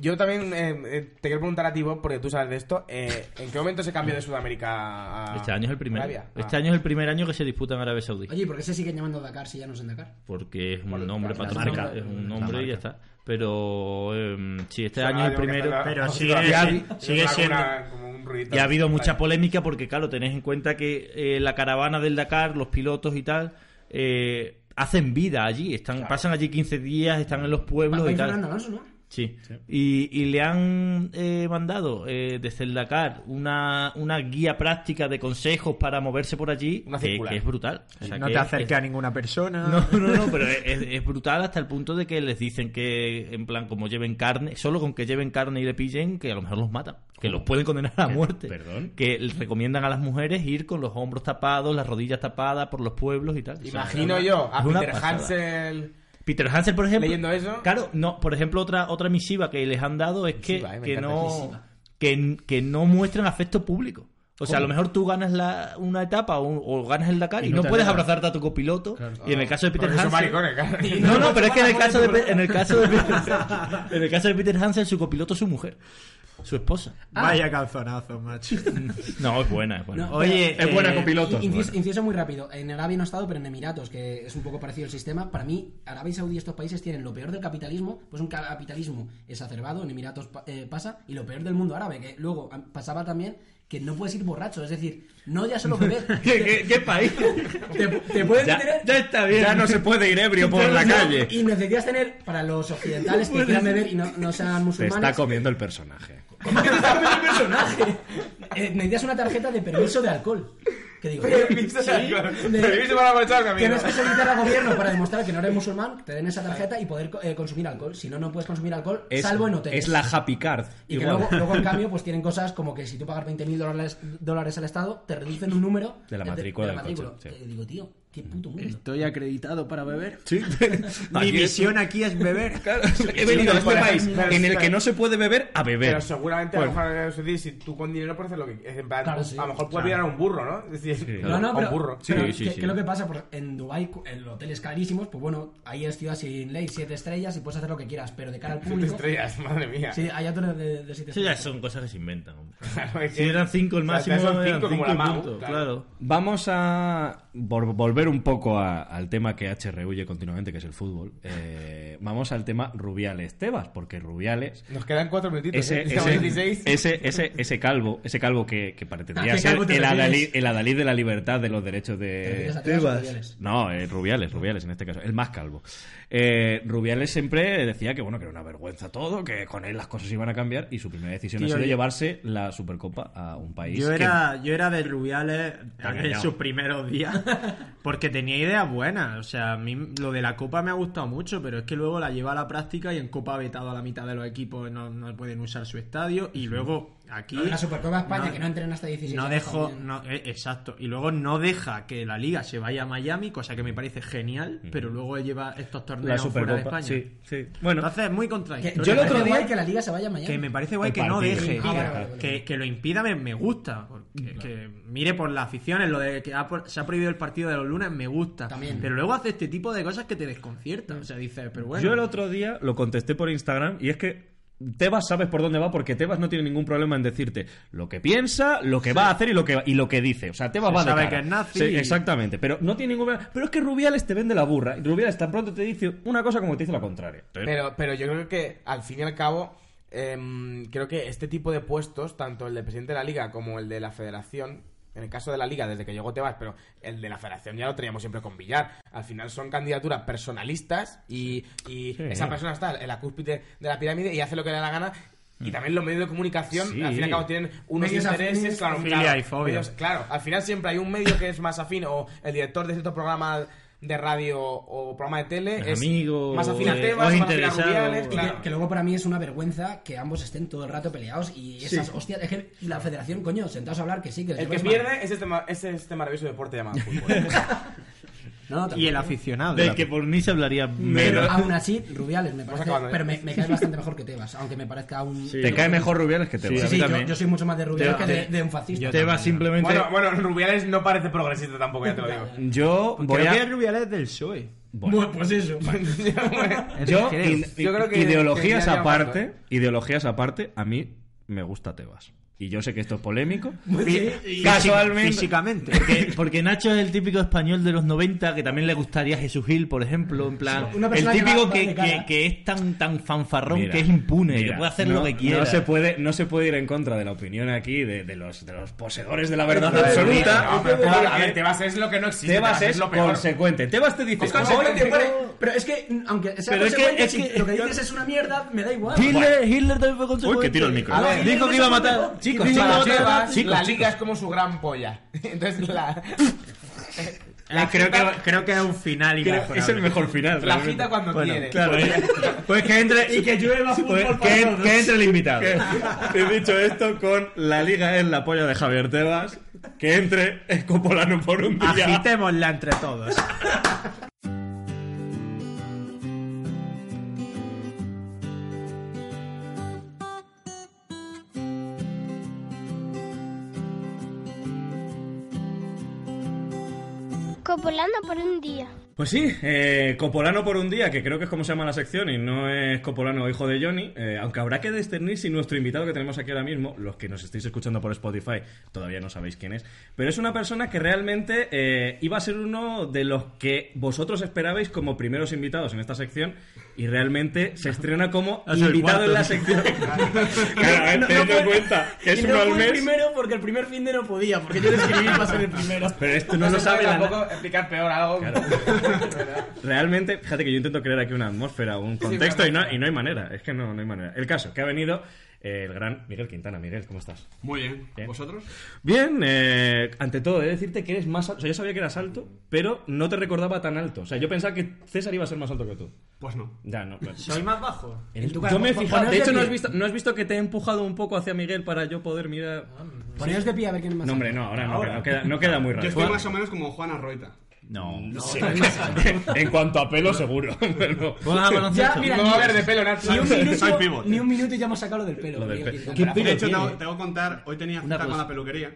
S3: Yo también eh, eh, te quiero preguntar a ti, Bob, porque tú sabes de esto. eh, ¿En qué momento se cambió de Sudamérica a
S6: Este año es el primer.
S3: Arabia? Ah.
S6: Este año es el primer año que se disputa en Arabia Saudí.
S4: Oye, ¿y por qué se siguen llamando Dakar si ya no es en Dakar?
S6: Porque
S1: porque es un nombre
S7: la
S1: patrocinado,
S7: marca.
S1: es
S7: La
S1: un nombre y ya
S7: marca.
S1: está. Pero em, sí, este
S3: Ah,
S1: año es el
S3: digo que
S1: primero.
S3: está la-
S2: Pero
S3: la-
S2: sigue-
S3: la-
S2: ya-
S3: la-
S2: sigue
S3: la-
S2: siendo-
S3: una- como un ruidito.
S1: Y ha habido mucha polémica porque, claro, tenés en cuenta que eh, la caravana del Dakar, los pilotos y tal, eh, hacen vida allí. están Pasan allí 15 días, están en los pueblos
S4: Va- va
S1: y tal.
S4: Fernando Alonso, ¿no?
S1: Sí. Y, y le han eh, mandado eh, desde el Dakar una, una guía práctica de consejos para moverse por allí,
S3: Una
S1: que,
S3: circular.
S1: que es brutal. O sea,
S2: No
S1: que
S2: te
S1: es-
S2: acerques a ninguna persona.
S1: no, no, no, pero es, es brutal hasta el punto de que les dicen que, en plan, como lleven carne, solo con que lleven carne y le pillen, que a lo mejor los matan, que los pueden condenar a la muerte.
S8: ¿Perdón?
S1: Que les recomiendan a las mujeres ir con los hombros tapados, las rodillas tapadas por los pueblos y tal. O sea,
S3: Imagino
S1: es una-
S3: yo a
S1: es una
S3: Peter
S1: pasada.
S3: Hansel.
S1: Peter Hansel, por ejemplo.
S3: Leyendo eso.
S1: Claro, no, por ejemplo, otra, otra misiva que les han dado es que,
S3: Misiva, eh, me
S1: que
S3: encanta,
S1: no
S3: misiva.
S1: que, que no muestren afecto público. O sea, a lo mejor tú ganas la, una etapa o, o ganas el Dakar y,
S8: no
S1: no,
S8: te
S1: puedes
S8: alegras.
S1: abrazarte a tu copiloto. Y en el caso de Peter
S3: Ah, Porque son
S1: Hansel.
S3: maricones,
S1: *laughs*
S3: claro.
S1: No, no, pero es que en el caso de *laughs* Pe- en el caso de
S3: *laughs*
S1: Peter Hansel, en el caso de Peter Hansel, su copiloto es su mujer, su esposa.
S2: Vaya calzonazo, macho. Eh,
S1: No, es buena, es buena.
S4: No,
S2: Oye,
S8: Es buena copiloto.
S4: Inciso, inciso muy rápido. En Arabia no he estado, pero en Emiratos, que es un poco parecido el sistema, para mí Arabia y Saudí estos países tienen lo peor del capitalismo, pues un capitalismo exacerbado, en Emiratos pa- eh, pasa, y lo peor del mundo árabe, que luego a- pasaba también que no puedes ir borracho, es decir, no ya solo beber.
S1: *laughs* ¿Qué, qué- qué país?
S4: Te, te puedes tener...
S1: está bien.
S8: Ya no se puede ir ebrio por la
S4: No,
S8: calle.
S4: Y necesitas tener, para los occidentales que quieran beber y no, no sean
S8: Te
S4: musulmanes...
S8: está comiendo el personaje.
S4: ¿Cómo que te está comiendo el personaje? Eh, necesitas una tarjeta de permiso de alcohol. Que digo,
S3: Permiso
S4: sí,
S3: de alcohol.
S4: de-
S3: Permiso para marchar, mi amigo.
S4: Tienes que solicitar al gobierno para demostrar que no eres musulmán, que te den esa tarjeta y poder co- eh, consumir alcohol. Si no, no puedes consumir alcohol, salvo en hoteles.
S8: es la Happy Card.
S4: Y que
S8: igual.
S4: luego, luego, en cambio, pues tienen cosas como que si tú pagas 20.000 dólares, dólares al Estado, te reducen un número
S8: De la
S4: de-
S8: matrícula
S4: de la
S8: del coche,
S4: matrícula.
S8: sí.
S4: Eh, digo, tío, qué puto mundo.
S9: Estoy acreditado para beber.
S2: Mi misión aquí es beber.
S8: He venido a este
S3: Pero-
S8: país
S3: pero-
S8: en el que no se puede beber a beber.
S3: Pero seguramente
S8: Bueno.
S3: a lo mejor eso dice, si tú con dinero puedes hacer lo que en plan,
S4: Claro, sí.
S3: a lo mejor puedes mirar a un burro, ¿no? Es decir,
S4: No, no,
S3: a un
S4: pero,
S3: burro.
S1: Sí,
S4: pero
S1: sí,
S4: ¿qué,
S1: sí.
S4: qué es lo que pasa? Por- en Dubai cu- en los hoteles carísimos, pues bueno, ahí es ciudad sin ley, siete estrellas y puedes hacer lo que quieras, pero de cara al
S3: Siete
S4: público...
S3: estrellas, *laughs* madre mía.
S4: Sí, hay otro de, de siete
S1: Eso ya
S4: estrellas.
S1: son cosas que se inventan. hombre.
S3: Claro, es que-
S1: Si eran cinco el
S3: o sea,
S1: máximo,
S3: son
S1: eran
S3: cinco como
S1: cinco
S3: la Mau,
S1: puntos,
S3: claro.
S1: claro.
S8: Vamos a vol- volver un poco a- al tema que H rehuye continuamente, que es el fútbol. Eh, vamos al tema Rubiales-Tebas, porque Rubiales...
S3: Nos quedan cuatro minutitos.
S8: Ese,
S3: ¿eh? Estamos en 16.
S8: ese, ese, ese, ese calvo, ese calvo que, que pretendía
S4: ¿A qué
S8: ser
S4: calvo te
S8: el
S4: refieres? Eh,
S8: adalid, el adalid de la libertad de los derechos
S4: ¿Te
S8: de,
S4: refieres a Tebas o Rubiales?
S8: no, eh, Rubiales, Rubiales en este caso, el más calvo. Eh, Rubiales siempre decía que bueno que era una vergüenza todo, que con él las cosas iban a cambiar y su primera decisión ha
S2: Tío,
S8: sido
S2: yo-
S8: llevarse la Supercopa a un país.
S2: Yo
S8: que-
S2: era, yo era de Rubiales en
S8: engañado.
S2: sus primeros días *laughs* porque tenía ideas buenas. O sea, a mí lo de la Copa me ha gustado mucho, pero es que luego la lleva a la práctica y en Copa ha vetado a la mitad de los equipos, no, no pueden usar su estadio. Y luego aquí.
S4: Lo de La Supercopa España,
S2: no-
S4: que no entrenan hasta 16
S2: No
S4: años
S2: dejo,
S4: también.
S2: no, eh, exacto. Y luego no deja que la liga se vaya a Miami, cosa que me parece genial, pero luego lleva estos
S8: la
S2: torneos fuera de
S8: Supercopa.
S2: España.
S8: Sí, sí. Bueno,
S2: Entonces es muy
S4: Que-
S2: contradictorio.
S4: yo el
S2: Me
S4: otro
S2: parece
S4: día
S2: guay
S4: que la liga se vaya mañana.
S2: que me parece guay
S8: El
S2: que no
S8: partido,
S2: deje.
S8: sí.
S4: Ah, vale, vale, vale.
S2: Que, que lo impida me, me gusta. porque- que mire por las aficiones, lo de que ha por- se ha prohibido el partido de los lunes me gusta.
S4: También.
S2: Pero luego hace este tipo de cosas que te
S3: Mm.
S2: desconciertan. O sea, dices, pero bueno.
S8: Yo el otro día lo contesté por Instagram y es que Tebas sabes por dónde va porque Tebas no tiene ningún problema en decirte lo que piensa, lo que va a hacer y lo que, y lo que dice. O sea, Tebas
S2: Se
S8: va de
S2: sabe
S8: cara.
S2: que es nazi.
S8: Sí, exactamente. Pero no tiene ningún problema. Pero es que Rubiales te vende la burra. Y Rubiales tan pronto te dice una cosa como te dice la contraria. Entonces,
S3: Pero, pero yo creo que al fin y al cabo, em, creo que este tipo de puestos, tanto el de presidente de la liga como el de la federación, en el caso de la liga, desde que llegó Tebas, pero el de la federación ya lo teníamos siempre con Villar. Al final son candidaturas personalistas y, y esa persona está en la cúspide de la pirámide y hace lo que le da la gana.
S2: Mm.
S3: Y también los medios de comunicación,
S8: Sí.
S3: al fin y al cabo, tienen unos
S4: Medios afines,
S3: intereses, claro,
S2: filia
S3: claro,
S2: y fobia.
S3: medios- Claro, al final siempre hay un medio que es más afín o el director de cierto programa de radio o programa de tele
S1: Es
S3: es
S1: amigo,
S3: más afín
S1: o
S3: a
S1: es-
S3: temas,
S1: o es
S3: más afín a
S1: interesado.
S3: Rubiales,
S4: Y que-
S3: claro.
S4: que, luego para mí es una vergüenza que ambos estén todo el rato peleados y esas hostias. Es que la federación, coño, sentados a hablar que sí, que
S3: El que pierde es este, ma- es este maravilloso deporte llamado fútbol.
S4: No,
S2: Y el
S4: tampoco.
S2: aficionado.
S1: Del que por mí se hablaría
S4: Pero
S1: menos.
S4: aún así, Rubiales me parece.
S3: acabando, ¿eh?
S4: Pero me, me caes bastante mejor que Tebas, aunque me parezca un.
S8: te cae mejor Rubiales que
S4: Sí,
S8: Tebas.
S4: sí, yo,
S1: también.
S4: yo soy mucho más de Rubiales
S1: Te-
S4: que de,
S1: te-
S4: de un fascista.
S1: Te va simplemente.
S3: bueno, bueno, Rubiales no parece progresista tampoco, ya te lo digo.
S8: Yo voy
S2: Creo que
S8: a...
S2: Rubiales del PSOE.
S4: Bueno,
S10: *laughs*
S4: pues eso.
S8: Yo,
S2: creo.
S8: in-
S3: Yo creo que-
S8: ideologías
S3: que ya lleva
S8: aparte,
S3: bastante.
S8: ideologías aparte, a mí me gusta Tebas.
S1: y yo sé que esto es polémico,
S4: Pues
S2: Fí-
S1: casualmente-
S2: Físicamente.
S10: Porque, porque Nacho es el típico español de los 90 que también le gustaría Jesús Gil, por ejemplo. En plan,
S4: Sí, una
S10: el
S4: persona que
S10: típico
S4: va-
S10: que,
S4: va
S10: que-
S4: de cara.
S10: que es tan, tan fanfarrón
S1: Mira,
S10: que es impune, que
S1: mira,
S10: puede hacer
S1: no-
S10: lo que quiera.
S1: No se, puede, no se puede ir en contra de la opinión aquí de, de los, de los poseedores de la verdad absoluta.
S11: No, pero Tebas- a
S1: porque
S11: ver, Tebas es lo que no existe.
S1: Tebas es
S11: lo peor.
S1: consecuente. Tebas te dice...
S11: Es consecuente,
S1: "Oye,
S11: vale.
S4: Pero es que, mm, aunque sea
S10: Pero es que-
S4: consecuente,
S10: es
S4: si
S10: que-
S4: lo que dices es una mierda, me da igual.
S10: Hitler, Hitler también fue consecuente.
S1: tiro el micro.
S4: A ver,
S10: Dijo que iba a matar.
S11: Chicos,
S10: dijo que iba
S11: para
S10: a matar-
S11: Tebas,
S10: chicos,
S11: la
S10: chicos.
S11: liga es como su gran polla. *laughs* Entonces la,
S10: Eh,
S2: La- creo, que, creo que es un final
S1: Creo-
S2: inmejorable.
S1: es el mejor final.
S11: la
S1: realmente.
S11: agita cuando
S10: Bueno,
S11: quiere.
S10: claro, eh. Pues que entre. Y que llueva
S4: fútbol para
S10: que,
S4: todos.
S10: que entre el invitado.
S1: He dicho esto con la liga es la polla de Javier Tebas, que entre Escopolano por un día.
S2: Agitémosla entre
S3: *laughs*
S2: todos.
S12: Copolando por un día.
S1: Pues sí, eh, Copolano por un día, que creo que es como se llama la sección y no es Copolano hijo de Johnny, eh, aunque habrá que discernir si nuestro invitado que tenemos aquí ahora mismo, los que nos estáis escuchando por Spotify, todavía no sabéis quién es, pero es una persona que realmente eh, iba a ser uno de los que vosotros esperabais como primeros invitados en esta sección y realmente se estrena como
S10: Es el
S1: invitado en
S10: cuarto.
S1: la sección.
S10: *laughs*
S1: claro, a ver,
S4: No, no
S1: teniendo en
S4: fue-
S1: cuenta que es
S4: y
S1: uno
S4: no
S1: al
S4: fue el
S1: mes.
S4: primero porque el primer fin de no podía, porque yo decidí para ser el primero.
S1: Pero esto
S11: No,
S1: no lo
S11: se sabe
S1: sabe la,
S11: tampoco explicar peor algo.
S3: *laughs*
S1: Realmente, fíjate que yo intento crear aquí una atmósfera, un contexto y, no, y no hay manera. Es que no, no hay manera. El caso, que ha venido eh, el gran Miguel Quintana. Miguel, ¿cómo estás?
S3: Muy bien.
S1: Bien.
S3: ¿Vosotros?
S1: Bien, eh, ante todo, he de decirte que eres más alto. O sea, yo sabía que eras alto, pero no te recordaba tan alto. O sea, yo pensaba que César iba a ser más alto que tú.
S3: Pues no.
S1: Ya, no. claro.
S2: ¿Soy más bajo?
S4: En tu
S1: yo
S4: cara,
S1: me he
S4: pon-
S1: fijado.
S4: poneos
S1: De hecho,
S4: de
S1: ¿no has,
S4: pie.
S1: visto, ¿no has visto que te he empujado un poco hacia Miguel para yo poder mirar?
S4: Poneos de pie a ver quién es más.
S1: No, hombre, no, ahora no. que No queda, no queda muy raro.
S3: Yo estoy más o menos como Juana Roita.
S10: No.
S1: Sí. *laughs* en cuanto a pelo, seguro. *laughs* pero-
S10: Vamos a baloncesto.
S4: Ya, mira,
S11: No
S4: ni,
S11: va a haber de pelo, Nacho.
S4: ni un
S3: Soy
S4: minuto,
S3: pivot.
S4: ni un
S10: *laughs*
S4: minuto y ya hemos sacado lo del pelo.
S1: Lo del
S4: tío,
S1: pelo.
S4: quizá.
S1: ¿Qué
S4: Pero-
S3: De
S10: pelo
S3: hecho,
S10: tiene?
S3: tengo, tengo que contar, hoy tenía
S10: Una
S3: cita con
S10: cosa.
S3: la peluquería.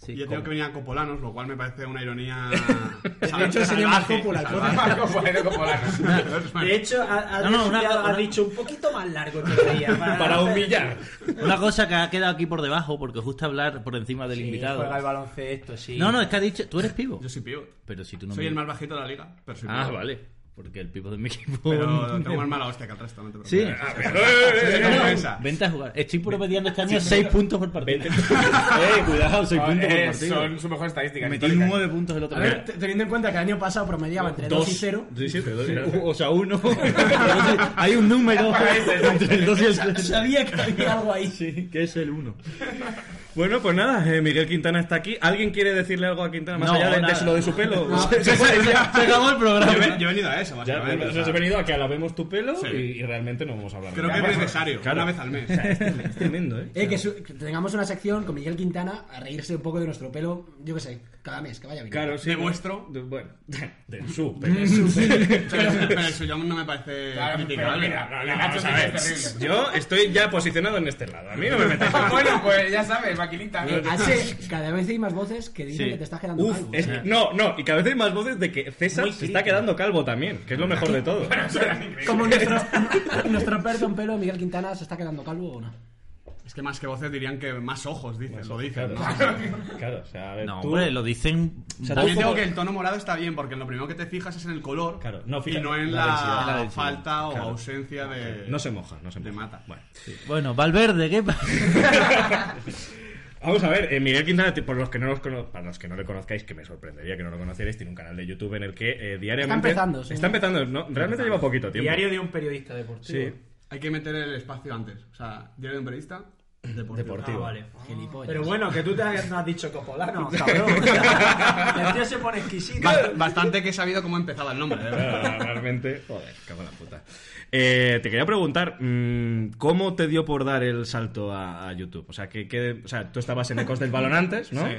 S10: Sí,
S3: y yo
S10: ¿cómo?
S3: tengo que venir a Copolanos, lo cual me parece una ironía. *laughs*
S4: De hecho, sería más popular.
S1: Ah,
S11: Marco Polano,
S10: *laughs*
S11: Copolano.
S2: De hecho, ha, ha
S10: No, no, una-
S2: dicho, ha
S10: una-
S2: dicho un poquito más largo todavía.
S1: Para humillar.
S10: Una cosa que ha quedado aquí por debajo, porque justo hablar por encima del invitado.
S2: Juega el baloncesto, sí.
S10: No, no, es que ha dicho, tú eres pivo.
S3: Yo soy pivot.
S10: Pero si tú no
S3: Soy
S10: me-
S3: el más bajito de la liga, pero soy
S10: Ah,
S3: pivot.
S10: vale. Porque el pivo de mi equipo.
S3: Pero tengo más mala hostia que el resto, no te preocupes.
S10: Sí.
S1: eh,
S3: Soy una defensa.
S10: Vente a jugar. Estoy promediando este año 6 puntos por partido. *laughs* eh, cuidado,
S1: Ah,
S10: 6 puntos por
S11: Eh,
S10: partido.
S11: son su mejor estadística.
S10: Metí
S11: histórica.
S10: 9 puntos el
S4: A
S10: otro
S4: ver,
S10: día.
S4: te- teniendo en cuenta que el año pasado promediaba entre 2 y 0.
S1: Sí, sí, te doy.
S10: O sea,
S1: *laughs*
S10: uno. *laughs* Entonces, Hay un número entre el 2 y el 3.
S4: Sabía que había algo ahí.
S10: Sí, que es el 1.
S1: Bueno, pues nada, eh, Miguel Quintana está aquí. ¿Alguien quiere decirle algo a Quintana más
S10: No,
S1: allá de,
S10: nada.
S1: de lo de su pelo? *laughs*
S10: Se, se- se- se acabó el
S3: Yo,
S10: programa.
S3: he- yo he venido a eso,
S1: Ya,
S3: básicamente.
S1: bueno,
S3: o sea,
S1: nos he venido a que alabemos tu pelo
S3: Sí.
S1: y, y realmente no vamos a hablar de
S3: Creo que
S1: nada.
S3: es necesario,
S1: Claro.
S3: una vez al mes.
S1: *laughs* Es tremendo, ¿eh?
S4: *laughs* Eh, que, su- que tengamos una sección con Miguel Quintana a reírse un poco de nuestro pelo, yo qué sé, cada mes, que vaya bien.
S1: Claro, sí. Mm.
S3: De vuestro.
S1: de- bueno, *laughs* de su pelo. *laughs*
S3: Pero, pero el suyo no me parece
S11: Claro, pero
S3: criticable.
S11: mira, la Nacho sí que es terrible.
S1: *laughs* Yo estoy ya posicionado en este lado. A mí no me
S3: *laughs*
S1: metáis. *laughs*
S11: Bueno, pues ya sabes, maquinita.
S4: Eh, H, cada vez hay más voces que dicen
S10: Sí.
S4: que te estás quedando
S1: Uf,
S4: calvo.
S1: es que- no, no, y cada vez hay más voces de que César se está quedando calvo también, que es lo mejor de
S3: *laughs*
S1: todo. *laughs*
S4: Como nuestro, nuestro experto en pelo, Miguel Quintana, se está quedando calvo o no.
S3: Es que más que voces dirían que más ojos, dices, lo dicen.
S1: Claro, *laughs*
S3: ¿no?
S1: claro, o sea, a ver,
S10: No,
S1: tú-
S10: hombre, lo dicen. vos
S1: sea,
S3: También
S10: como-
S3: tengo que el tono morado está bien, porque lo primero que te fijas es en el color
S1: Claro, no,
S3: y
S1: fíjate,
S3: no en
S1: la
S3: la,
S1: densidad. La densidad,
S3: falta o
S1: claro.
S3: ausencia de.
S1: No se moja, no se moja.
S3: Te mata.
S1: Bueno.
S10: Bueno, Valverde, ¿qué pasa?
S1: Vamos a ver, eh, Miguel Quintana, por los que no los cono- para los que no le conozcáis, que me sorprendería que no lo conocierais, tiene un canal de YouTube en el que eh, diariamente.
S4: Está empezando, sí.
S1: Está empezando, ¿no? Realmente lleva poquito tiempo.
S2: *laughs* Diario de un periodista deportivo.
S1: Sí.
S3: Hay que meter el espacio antes. O sea, diario de un periodista, deportivo.
S1: Deportivo.
S2: Ah, vale.
S4: Gilipollas.
S2: Pero bueno, que tú te has, no has
S10: *laughs*
S2: dicho copolano, cabrón. El tío se pone exquisito.
S3: Ba- bastante que he sabido cómo empezaba el nombre, de verdad.
S1: Ah, *laughs* Realmente, joder, cago en la puta. Eh, te quería preguntar, mm, ¿cómo te dio por dar el salto a, a YouTube? O sea, que, que- o sea, tú estabas en Ecos del Balón antes, ¿no?
S3: Sí.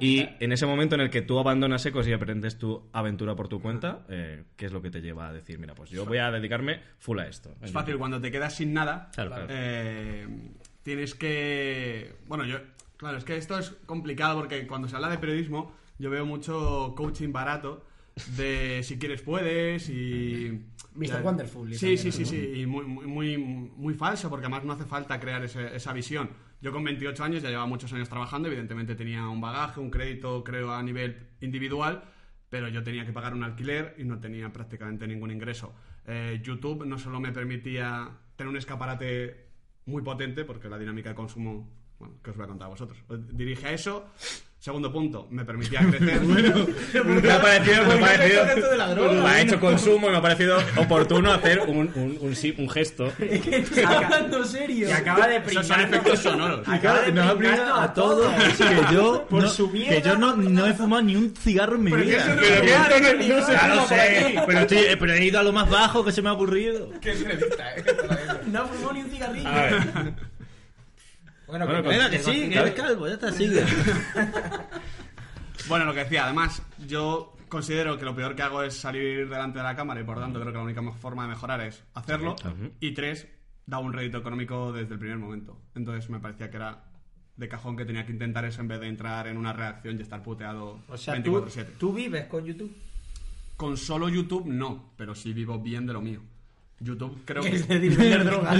S1: Y en ese momento en el que tú abandonas Ecos y aprendes tu aventura por tu cuenta, eh, ¿qué es lo que te lleva a decir, mira, pues yo voy a dedicarme full a esto?
S3: Es fácil, cuando te quedas sin nada,
S1: Claro, claro.
S3: eh, tienes que... Bueno, yo... Claro, es que esto es complicado porque cuando se habla de periodismo, yo veo mucho coaching barato de Si quieres puedes y...
S4: Mr.
S3: ya-
S4: Wonderful y
S3: Sí,
S4: esa
S3: sí, sí,
S4: mierda,
S3: sí, y muy, muy, muy, muy falso porque además no hace falta crear ese- esa visión. Yo con 28 años ya llevaba muchos años trabajando, evidentemente tenía un bagaje, un crédito, creo, a nivel individual, pero yo tenía que pagar un alquiler y no tenía prácticamente ningún ingreso. Eh, YouTube no solo me permitía tener un escaparate muy potente, porque la dinámica de consumo, bueno, que os voy a contar a vosotros, os dirige a eso. Segundo punto,
S1: *laughs*
S3: me permitía crecer. *laughs*
S1: Me ha parecido, me ha parecido, me ha
S3: Vale,
S1: hecho consumo y me ha parecido oportuno hacer *laughs* un, un, un, sí- un gesto.
S4: hablando serio.
S11: Y acaba de
S3: Esos son
S11: pringar.
S3: *laughs* efectos sonoros.
S1: Ah,
S11: Acaba de pringar
S10: No, primero,
S11: a todos.
S10: Que yo,
S11: Por
S10: no,
S11: su mierda.
S10: que yo no, no he fumado ni un cigarro en mi vida.
S1: Pero que esto no- no se
S10: Ya lo
S1: fuma por
S10: sé,
S1: aquí.
S10: pero, estoy- eh, pero he ido a lo más bajo que se me ha ocurrido.
S11: Qué entrevista, eh.
S4: No fumó ni un
S10: *laughs*
S4: cigarrillo.
S1: A ver.
S4: Bueno,
S1: Bueno,
S10: Venga, que sí, que eres calvo, ya está, sigue.
S3: Bueno, lo que decía, además, yo considero que lo peor que hago es salir delante de la cámara y por tanto creo que la única mo- forma de mejorar es hacerlo. Y tres, da un rédito económico desde el primer momento. Entonces me parecía que era de cajón que tenía que intentar eso en vez de entrar en una reacción y estar puteado
S13: O sea, tú,
S3: 24-7.
S13: tú vives con YouTube.
S3: Con solo YouTube no, pero sí vivo bien de lo mío. YouTube
S13: *laughs*
S3: creo que...
S13: Es decir,
S3: *laughs*
S13: vender drogas.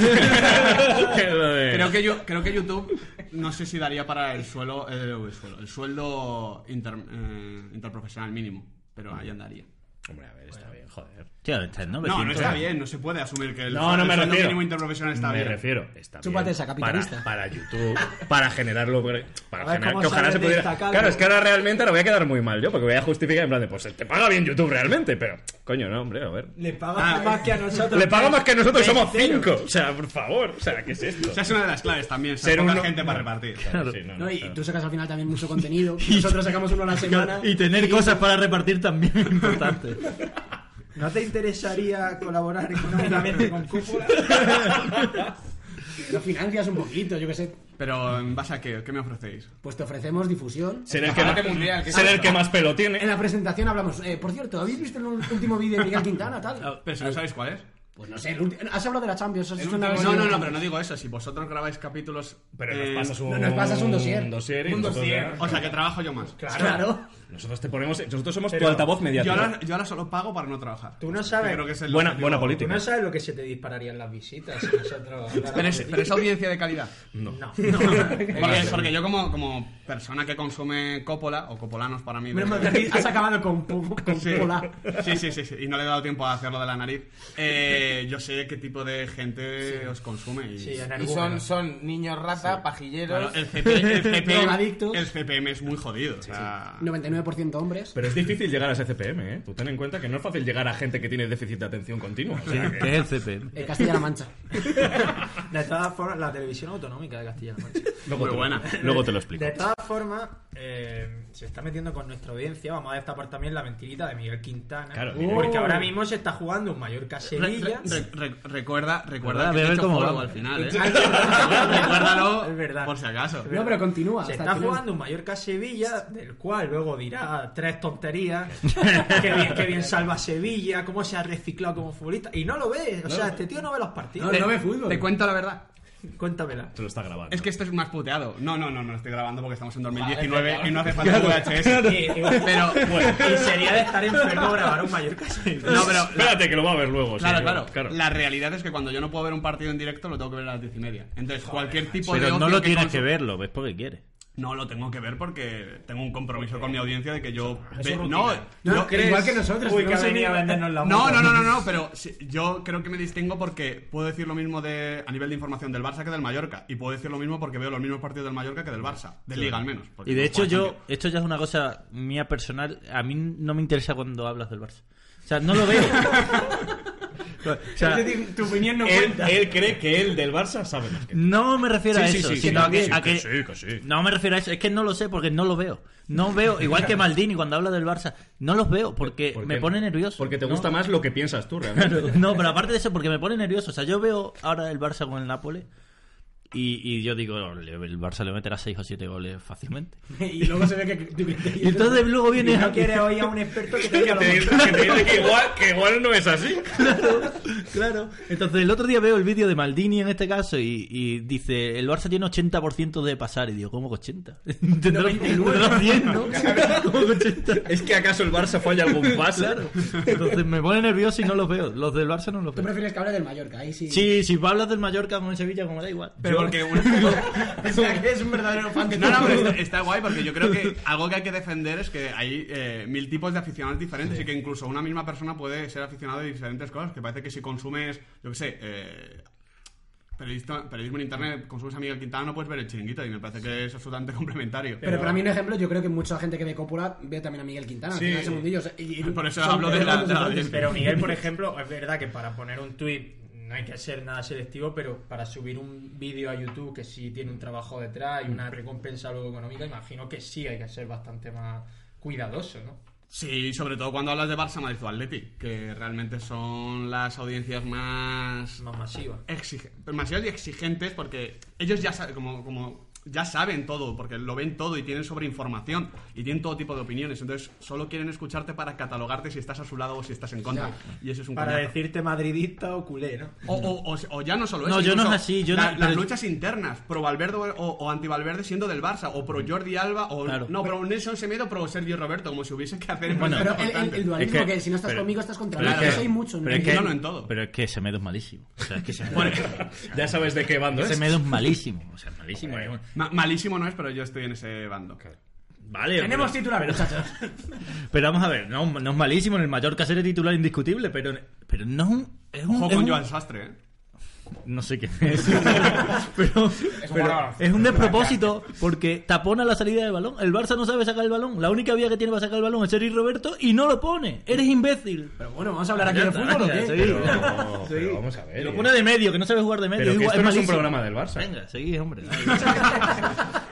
S3: Creo que yo, creo que YouTube no sé si daría para el suelo, eh, el suelo, el sueldo inter- eh, interprofesional mínimo, pero ahí andaría.
S1: Hombre, a ver, está bien, joder.
S10: Tío, está en
S3: No,
S10: 900.
S3: no está bien, no se puede asumir que el,
S1: ¿eh? No, no
S3: el
S1: me
S3: sueldo
S1: refiero.
S3: mínimo interprofesional está
S1: me
S3: bien.
S1: refiero. Está
S4: Chúpate
S1: bien
S4: esa,
S1: *laughs*
S4: capitalista.
S1: Para, para YouTube, para generarlo. Para
S13: ver
S1: generar,
S13: cómo
S1: que ojalá
S13: sale
S1: se
S13: de
S1: pudiera.
S13: esta, calvo.
S1: Claro, es que ahora realmente ahora voy a quedar muy mal yo, porque voy a justificar en plan de, pues te paga bien YouTube realmente, pero. Coño, no, hombre, a ver.
S13: Le pagas
S3: Ah,
S13: más que a nosotros.
S1: Le paga más que nosotros, somos
S13: Cero.
S1: cinco. O sea, por favor, o sea, ¿qué es esto?
S3: O sea, es una de las claves también, ser
S1: Ser
S3: poca
S1: uno-
S3: gente para
S1: no. *laughs*
S3: repartir.
S1: Sí, no, no,
S4: No, y
S1: claro.
S4: tú sacas al final también
S1: *laughs*
S4: mucho contenido. Nosotros sacamos uno a la semana.
S10: Y tener cosas para repartir también es importante.
S13: ¿No te interesaría colaborar económicamente con Cúpula?
S4: Lo financias un poquito, yo qué sé.
S3: Pero en base a qué, ¿qué me ofrecéis?
S4: Pues te ofrecemos difusión.
S1: Ser el que más,
S11: mundial,
S4: Ah,
S11: que
S1: ser el que más pelo tiene.
S4: En la presentación hablamos. eh, por cierto, ¿habéis visto el último vídeo de Miguel Quintana? Tal?
S3: Pero si no sabéis cuál es.
S4: Pues no sé, el ulti- has hablado de la Champions. has
S3: El
S4: hecho una
S3: último-
S4: versión
S3: no, no,
S4: de la
S3: no, pero no
S4: Champions.
S3: digo eso. Si vosotros grabáis capítulos...
S1: Pero
S3: eh,
S1: nos pasas un,
S4: no, nos pasas un dossier.
S1: y
S11: Un
S1: nosotros,
S11: dossier.
S1: ya-
S3: O sea, que trabajo yo más.
S4: Claro.
S1: nosotros te ponemos. Nosotros somos tu
S13: Pero-
S1: altavoz
S3: Yo
S1: mediático.
S3: ahora, yo ahora solo pago para no trabajar.
S13: Tú no sabes.
S3: Yo creo que es el
S1: Buena-
S3: objetivo.
S1: buena
S13: Tú
S1: política.
S13: no sabes lo que se te dispararían las visitas si nosotros
S3: Pero
S13: habláramos
S3: es,
S13: de ti.
S3: pero es audiencia de calidad.
S13: No.
S3: *laughs* Porque, porque yo como, como persona que consume Coppola, o Coppolanos para mí... de-
S4: Menos mal que aquí has acabado con, pu- con
S3: Sí.
S4: Pola.
S3: Sí, sí, sí, sí, y no le he dado tiempo a hacerlo de la nariz. Eh, yo sé qué tipo de gente os consume. Y,
S13: Sí, en
S11: Y
S13: algún
S11: son,
S13: momento.
S11: son niños rata, pajilleros.
S3: Claro, el, CP
S13: *laughs*
S3: el, CPM,
S4: *laughs* Drogadictos.
S3: el CPM es muy jodido. o sea,
S4: 99% hombres.
S1: Pero es difícil llegar a ese CPM, ¿eh? Tú ten en cuenta que no es fácil llegar a gente que tiene déficit de atención continua. o sea, que-
S10: ¿Qué es el CP?
S4: Eh,
S3: *laughs*
S4: Castilla-La Mancha.
S13: De todas formas, la televisión autonómica de Castilla-La Mancha.
S1: luego,
S3: muy
S1: te,
S3: buena.
S1: Lo, luego te lo *laughs* explico.
S13: De todas formas, eh, se está metiendo con nuestra audiencia. Vamos a destapar también la mentirita de Miguel Quintana.
S1: Claro,
S13: porque ahora mismo se está jugando un Mallorca-Sevilla.
S3: Re- re- recuerda,
S10: Verdad,
S3: recuerda que
S10: ve a
S3: te he
S10: ver
S3: hecho
S10: cómo
S3: polvo
S10: va.
S3: al final, ¿eh?
S13: Es
S3: *laughs* Recuérdalo
S13: verdad.
S3: por si acaso.
S4: No, pero continúa.
S13: Se
S4: hasta
S13: está
S4: el final.
S13: jugando un Mallorca-Sevilla, del cual luego dirá tres tonterías. que, bien, que bien salva a Sevilla, cómo se ha reciclado como futbolista. Y no lo ve. O sea, este tío no ve los partidos.
S3: Te- Te cuento la verdad.
S13: Cuéntamela.
S1: Te lo está grabando. *laughs*
S3: Es que esto es más puteado. No, no, no, no lo estoy grabando porque estamos en 2019 y no hace falta
S13: Sí,
S3: VHS.
S13: sí.
S3: Pero,
S13: Y sería de estar enfermo grabar un Mallorca-Sevilla.
S3: no, pero
S1: Espérate, que lo va a ver luego. sí,
S3: Claro, claro, La realidad es que cuando yo no puedo ver un partido en directo, lo tengo que ver a las diez y media. Entonces, cualquier tipo de.
S10: Pero no
S3: ocio
S10: lo tienes
S3: consum-
S10: que ver, lo ves porque quieres.
S3: No lo tengo que ver porque tengo un compromiso con mi audiencia de que yo. ve-
S13: rutina.
S3: No,
S4: No,
S3: yo-
S4: igual que nosotros.
S13: Uy,
S4: no
S13: que ha
S4: sé
S13: venido a
S4: ni-
S13: vendernos la
S3: No,
S13: moto.
S3: no, no, no, no, pero sí, yo creo que me distingo porque puedo decir lo mismo de, a nivel de información del Barça que del Mallorca. Y puedo decir lo mismo porque veo los mismos partidos del Mallorca que del Barça. De Liga al menos. porque
S10: Y de
S3: no
S10: hecho
S3: juegan
S10: yo,
S3: Champions.
S10: esto ya es una cosa mía personal, a mí no me interesa cuando hablas del Barça. O sea, no lo
S1: *laughs*
S10: veo. O sea,
S13: Es decir, tu opinión
S3: eh,
S13: no
S1: Él,
S13: cuenta.
S1: él cree que él del Barça sabe *laughs* más que tú.
S10: no me refiero a
S1: Sí, sí,
S10: eso,
S1: sí, sí,
S10: sino a
S1: que
S10: que-
S1: sí,
S10: a
S1: que
S10: que-
S1: sí, que sí.
S10: No me refiero a eso, es que no lo sé porque no lo veo. No veo, igual
S1: *laughs*
S10: que Maldini cuando habla del Barça, no los veo porque
S1: ¿Por
S10: me
S1: qué?
S10: pone nervioso.
S1: Porque te
S10: No, *laughs*
S1: gusta más lo que *laughs* piensas tú, realmente.
S10: Claro. No, pero aparte de eso, porque me pone nervioso. O sea, yo veo ahora el Barça con el Nápoles
S4: Y, y yo digo, no, le- el Barça le meterá 6 o 7 goles fácilmente.
S2: *laughs* Y luego se ve que.
S4: Y entonces
S10: *laughs*
S4: luego vienes
S2: y no
S4: aquí.
S2: quieres oír a un experto que te diga lo
S4: Que te dice-
S2: *laughs*
S4: que te dice que igual-
S1: que igual no es así.
S4: Claro. Entonces el otro día veo el vídeo de Maldini en este caso y, y dice, el Barça tiene 80% de pasar. Y digo, ¿cómo que *laughs* 80? Tendrá- tendrá
S14: *laughs*
S4: 100, ¿no? ¿Cómo que 80?
S1: *laughs* Es que acaso el Barça falla algún pase.
S4: Claro. Entonces me pone nervioso y no los veo. Los del Barça no los
S14: Tú
S4: veo.
S14: prefieres que hable del Mallorca, ahí sí.
S4: Sí, si hablas del Mallorca como en Sevilla, como da igual.
S2: *laughs*
S3: Pero porque uno-
S2: es un verdadero fan de
S3: No, no, pero
S14: *laughs*
S3: está, está guay porque yo creo que algo que hay que defender es que hay eh, mil tipos de aficionados diferentes y que incluso una misma persona puede ser aficionada de diferentes cosas. Que parece que si consumes, yo qué sé, eh, periodista- periodismo en internet, consumes a Miguel Quintana, no puedes ver el chiringuito y me parece que es absolutamente *laughs* complementario.
S14: Pero para mí un ejemplo, yo creo que mucha gente que ve Coppola ve también a Miguel Quintana,
S3: Sí. Ah,
S14: al final ese mundillo. o sea, y- y-
S3: Por eso
S14: son-
S3: hablo de la- de la- de-
S14: Pero
S2: Pero Miguel, por ejemplo, es verdad que para poner un tweet no hay que ser nada selectivo, pero para subir un vídeo a YouTube que sí tiene un trabajo detrás y una recompensa luego económica, imagino que sí hay que ser bastante más cuidadoso, ¿no?
S3: Sí, sobre todo cuando hablas de Barça, Madrid o Atleti, que realmente son las audiencias más...
S2: Más masivas.
S3: Exige masivas y exigentes porque ellos ya saben, como, como ya saben todo, porque lo ven todo y tienen sobreinformación y tienen todo tipo de opiniones. Entonces, solo quieren escucharte para catalogarte si estás a su lado o si estás en contra. Y eso es un
S2: Para
S3: coñazo.
S2: decirte madridista o culé, ¿no?
S3: O, o- o- o ya no solo eso.
S2: No, yo no
S3: incluso
S2: es así, yo
S3: la-
S2: no-
S3: las
S2: pero-
S3: luchas internas, pro Valverde o, o anti Valverde siendo del Barça, o pro Jordi Alba, o no, pro Nelson Semedo, pro Sergio Roberto, como si hubiese que hacer. *laughs*
S14: Bueno, pero el-
S3: eh,
S14: el- el dualismo
S4: Es que-
S14: que si no estás
S4: pero-
S14: conmigo, estás contra
S4: pero
S14: mí.
S4: es que-
S14: Yo soy mucho,
S4: pero es que-
S14: no, no,
S4: Pero es que Semedo es malísimo. O sea, es que Semedo-
S1: ya sabes de qué bando
S4: Ese
S1: es.
S4: Semedo es malísimo. O sea, malísimo.
S3: Hombre, ma- malísimo no es, pero yo estoy en ese bando.
S4: Vale.
S2: Tenemos
S4: pero-
S2: titular,
S4: *laughs*
S2: muchachos.
S4: Pero vamos a ver, no, no es malísimo. En el Mallorca será titular indiscutible, pero, pero no es un. Es un,
S3: Ojo
S4: es
S3: con
S4: un-
S3: Joan Sastre, ¿eh?
S4: No sé qué
S14: *laughs*
S4: es. pero, pero es un despropósito porque tapona la salida del balón. El Barça no sabe sacar el balón. La única vía que tiene para sacar el balón es Sergi Roberto y no lo pone. Eres imbécil. Pero
S14: bueno, vamos a hablar aquí de fútbol o qué?
S1: Pero- pero vamos a ver.
S4: Lo pone de medio, que no sabe jugar de medio.
S1: Pero que
S4: Igual,
S1: esto no es un
S4: malísimo.
S1: programa del Barça.
S4: Venga,
S14: *laughs*
S4: seguí, hombre.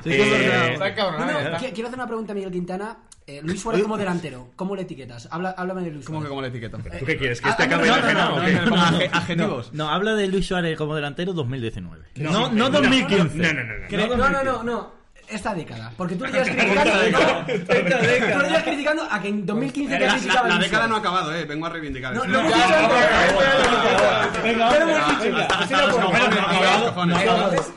S1: Sí,
S4: Eh,
S14: No, no, qui- quiero hacer una pregunta a Miguel Quintana. Eh, Luis Suárez como delantero, ¿cómo le etiquetas? Habla, háblame de Luis
S3: ¿Cómo que
S14: Suárez.
S3: como la etiqueta?
S1: ¿Tú qué quieres? ¿Que este
S14: Ah,
S1: acabe
S14: no, no,
S1: enajenado
S14: no,
S1: o
S14: no,
S1: qué?
S14: no, no, no, no.
S4: No, no, habla de Luis Suárez como delantero 2019.
S1: No,
S4: No,
S1: no,
S4: no 2015.
S1: no, no, no, no.
S14: Cre- No, no, no, no. *laughs* Esta década. Porque tú le llevas criticando. Tú le llevas criticando a que en 2015 te
S3: eh, La, la-
S14: criticaba
S3: la
S14: Luis
S3: década
S14: Suárez.
S3: no ha acabado, eh. Vengo a reivindicar.
S14: No,
S3: eso.
S14: lo hemos dicho antes. Lo hemos dicho.
S3: Hasta los cojones, hasta los cojones.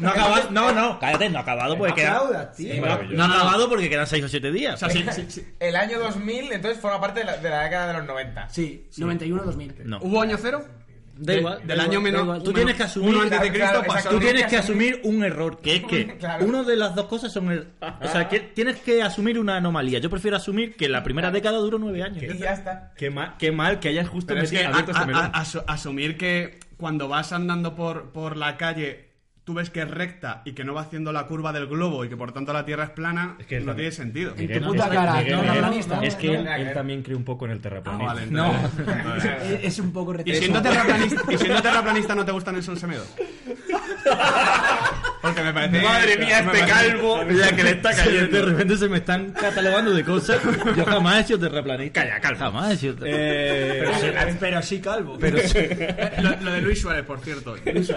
S4: No ha acabado, no, no, cállate, no ha acabado porque queda.
S2: Aplauda, tío.
S4: no, no ha acabado porque quedan 6 o 7 días.
S3: O sea, sí, sí, sí.
S15: El año 2000, entonces, forma parte de la, de la década de los 90.
S14: Sí, 91-2000.
S4: No.
S3: ¿Hubo año cero?
S4: Da
S3: De-
S4: igual,
S3: del
S4: da
S3: año
S4: igual,
S3: menos-
S4: da igual. Tú
S3: uno-
S4: tienes que asumir.
S3: uno antes de Cristo
S4: Claro,
S3: pasó.
S4: Tú tienes que asumir un error,
S15: *laughs*
S4: que es que una de las dos cosas son el. O sea, que tienes que asumir una anomalía. Yo prefiero asumir que la primera década duró 9 años.
S15: Y ya está.
S1: Qué mal, qué mal que hayas justo
S3: Pero es
S1: metido
S3: que a-
S1: abierto
S3: a-
S1: este melón.
S3: a- asu- asumir que cuando vas andando por, por la calle tú ves que es recta y que no va haciendo la curva del globo y que por tanto la Tierra es plana,
S1: que es
S3: no
S1: la-
S3: tiene sentido.
S1: Miguel,
S14: puta
S1: es que-
S14: cara,
S1: Miguel,
S14: no,
S1: Miguel,
S14: terraplanista.
S1: es que
S14: No,
S1: él,
S14: nada que
S1: él
S14: ver.
S1: también cree un poco en el terraplanismo.
S3: Ah, vale,
S14: No.
S3: entonces-
S2: Eh,
S14: Es-
S4: Eh,
S14: Es un poco
S3: ¿Y
S14: retraso.
S3: siendo, terraplanista, ¿Y siendo terraplanista no te gusta Nelson Semedo? Porque me parece...
S1: Madre mía,
S3: me
S1: este
S3: parece-
S1: calvo, la que le está
S4: De
S1: cayendo.
S4: repente se me están catalogando de cosas. Yo jamás he hecho terraplanista. Calla, calma. Jamás he hecho
S1: Eh,
S2: Pero sí, calvo.
S4: Pero
S2: *laughs*
S4: sí.
S3: Eh, Lo, lo de Luis Suárez, por cierto. Yo,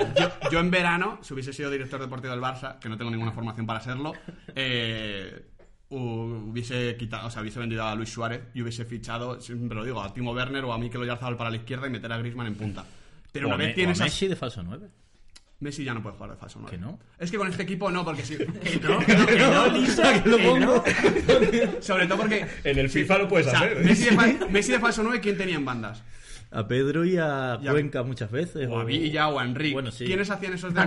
S3: yo en verano, si hubiese sido director deportivo del Barça, que no tengo ninguna formación para serlo, eh, hu- hubiese quitado, o sea, hubiese vendido a Luis Suárez y hubiese fichado, siempre lo digo, a Timo Werner o a Mikel Oyarzabal para la izquierda y meter a Griezmann en punta. Pero una
S4: O a Me-
S3: vez
S4: o
S3: tienes
S4: a
S3: a
S4: Messi de falso 9.
S3: Messi ya no puede jugar de falso nueve.
S4: ¿Que no?
S3: Es que con este equipo no,
S4: *laughs*
S3: porque sí.
S4: Lisa, que lo pongo.
S3: *laughs* Sobre todo porque...
S1: en el FIFA lo puedes
S3: o sea,
S1: hacer. ¿eh?
S3: Messi de, fal- Messi de falso 9, ¿quién tenía en bandas?
S4: A Pedro y a
S3: Ya.
S4: Cuenca muchas veces.
S3: O a Villa o a Enrique.
S4: Bueno, sí.
S3: ¿Quiénes hacían esos
S4: *laughs*
S3: de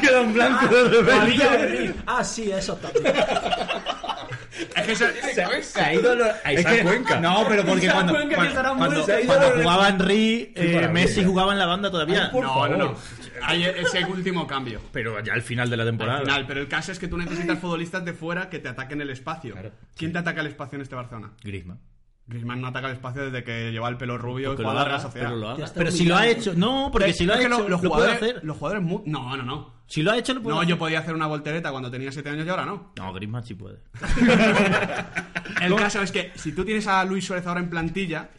S4: Queda un blanco de repente.
S2: Ah, sí, eso también.
S3: Es que eso-
S1: Se ha ido lo- a Isaac Cuenca.
S4: No, pero porque cuando,
S2: Cuenca, que estará
S4: cuando,
S2: muerto.
S4: cuando-
S2: Se ha ido
S4: cuando
S2: lo-
S4: jugaba Henry, eh,
S1: maravilla.
S4: Messi jugaba en la banda todavía.
S3: no, no, no. Hay ese último cambio.
S4: Pero ya al final de la temporada.
S3: Al final, pero el caso es que tú necesitas futbolistas de fuera que te ataquen el espacio. ¿Quién te ataca el espacio en este Barcelona?
S4: Griezmann.
S3: Griezmann no ataca el espacio desde que lleva el pelo rubio
S4: Porque
S3: y
S4: lo
S3: juega a la Real
S4: haga,
S3: Sociedad.
S4: pero lo haga.
S14: está
S4: Pero si lo ha
S14: humillando.
S4: hecho. No, porque si lo ha
S3: Es que
S4: hecho,
S3: los
S4: lo puede
S3: jugadores,
S4: hacer.
S3: Los jugadores mu- No, no, no.
S4: Si lo ha hecho, lo puede
S3: No,
S4: hacer.
S3: yo podía hacer una voltereta cuando tenía 7 años y ahora no.
S4: No, Griezmann sí puede.
S3: El el caso es que si tú tienes a Luis Suárez ahora en plantilla,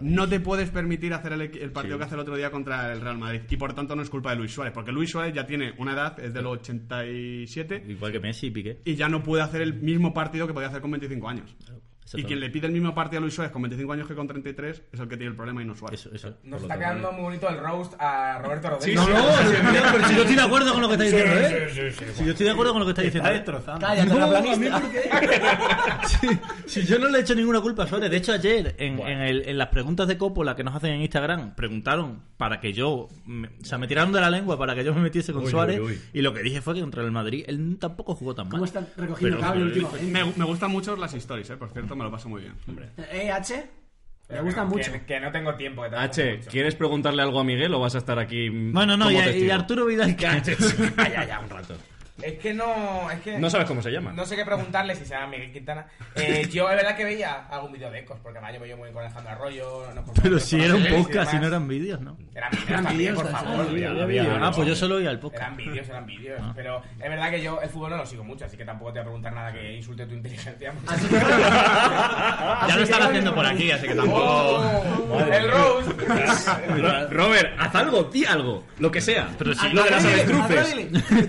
S3: no te puedes permitir hacer el, el partido
S1: Sí.
S3: que hace el otro día contra el Real Madrid. Y por tanto no es culpa de Luis Suárez, porque Luis Suárez ya tiene una edad, es del 87,
S10: Igual que Messi y Piqué.
S3: y ya no puede hacer el mismo partido que podía hacer con 25 años. Y
S10: exactamente.
S3: quien le pide el mismo partido a Luis Suárez con 25 años que con 33 es el que tiene el problema y no Suárez.
S11: Nos está quedando muy bonito el roast a Roberto
S3: Sí,
S11: Rodríguez.
S3: no,
S11: *laughs*
S3: no,
S10: no, pero si yo estoy de acuerdo con lo que está
S11: Sí,
S10: diciendo,
S11: sí,
S10: ¿eh?
S11: sí, sí, sí.
S10: Si yo estoy de acuerdo con lo que está diciendo.
S11: está
S10: ¿eh?
S11: destrozando.
S10: Cállate, *laughs*
S11: No,
S10: terraplanista.
S11: a mí
S10: Si yo no le he hecho ninguna culpa a Suárez. De hecho, ayer en, en el- en las preguntas de Coppola que nos hacen en Instagram, preguntaron para que yo. me- o sea, me tiraron de la lengua para que yo me metiese con
S3: Uy, uy,
S10: Suárez.
S3: uy.
S10: Y lo que dije fue que contra el Madrid él tampoco jugó tan mal.
S4: ¿Cómo están recogiendo cable últimamente?
S3: me, me gustan mucho las stories, eh, por cierto, me lo paso muy bien.
S4: Eh, H, me gusta mucho.
S11: Que, que no tengo tiempo. que te-
S1: H,
S11: *laughs*
S1: ¿quieres preguntarle algo a Miguel o vas a estar aquí?
S10: Bueno, no, y, y Arturo
S11: *laughs*
S10: Vidal. *laughs*
S1: Calla ya un rato.
S11: Es que no. Es que
S1: No sabes cómo se llama.
S11: No sé qué preguntarle si se llama Miguel *laughs* Quintana. Eh, yo, es verdad que veía algún vídeo de Ecos, porque además llevo yo muy con Alejandro Arroyo. nos conocemos
S10: Pero
S11: con
S10: si era un
S11: José Luis y
S10: podcast, si
S11: demás.
S10: no eran vídeos, ¿no?
S11: Eran vídeos también, por favor.
S10: Ah, pues yo solo oía el podcast. Ah.
S11: Eran vídeos, eran vídeos. Pero es verdad que yo el fútbol no lo sigo mucho, así que tampoco te voy a preguntar nada que insulte tu inteligencia. *laughs*
S10: *laughs* Ya lo están haciendo por aquí,
S2: Este
S10: así que tampoco.
S1: *laughs*
S11: Oh. el Rose.
S1: Robert, haz algo, di algo, lo que sea. *laughs* Pero
S11: sí.
S1: lo de las avestruces.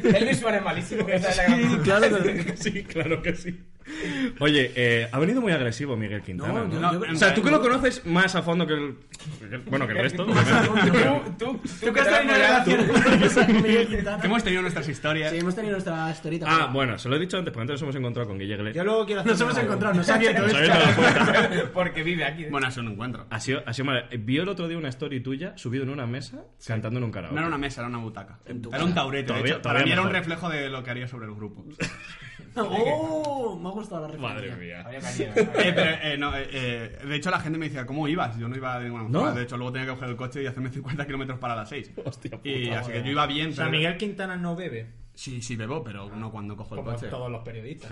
S11: El Luis Suárez es malísimo. que esa es la
S2: *laughs*
S11: gran-
S1: sí, claro que sí. Oye, eh, ha venido muy agresivo Miguel Quintana.
S11: No,
S1: ¿no?
S11: no, yo-
S1: o sea, tú que lo conoces más a fondo que el. Bueno, que el resto. obviamente.
S11: Tú, tú,
S3: que
S11: te
S3: has
S11: das
S3: tenido
S11: muy alto.
S3: Que *laughs* hemos tenido nuestras historias.
S4: Sí, hemos tenido nuestra historita.
S1: ah, bueno, se lo he dicho antes, porque antes nos hemos encontrado con Guille Glé.
S4: Yo luego quiero
S3: hacer Nos hemos una- encontrado, nos ha abierto
S1: Nos ha
S3: esto.
S1: abierto la
S3: *laughs*
S1: puerta.
S11: Porque vive aquí.
S3: Bueno, es un encuentro.
S1: Ha sido, ha sido mal. Vio el otro día una story tuya subido en una mesa cantando en un karaoke.
S3: No era una mesa, era una butaca. Era
S1: casa.
S3: un taurete. de
S1: Todavía- todavía
S3: hecho. Para mí era un
S1: mejor.
S3: reflejo de lo que haría sobre el
S1: *laughs*
S3: grupo.
S4: ¡Oh! Me ha gustado la referencia.
S1: Madre mía.
S3: Eh, pero, eh, no, eh, eh, de hecho, la gente me decía, ¿cómo ibas? Yo no iba de ninguna
S1: ¿No?
S3: forma. De hecho, luego tenía que coger el coche y hacerme *laughs* 50 kilómetros para las 6. y
S2: puta,
S3: así que
S2: bueno.
S3: yo iba bien.
S2: O sea,
S3: pero-
S2: Miguel Quintana no bebe.
S3: Sí, sí bebo, pero no cuando cojo el
S2: Como
S3: *laughs* coche.
S2: todos los periodistas,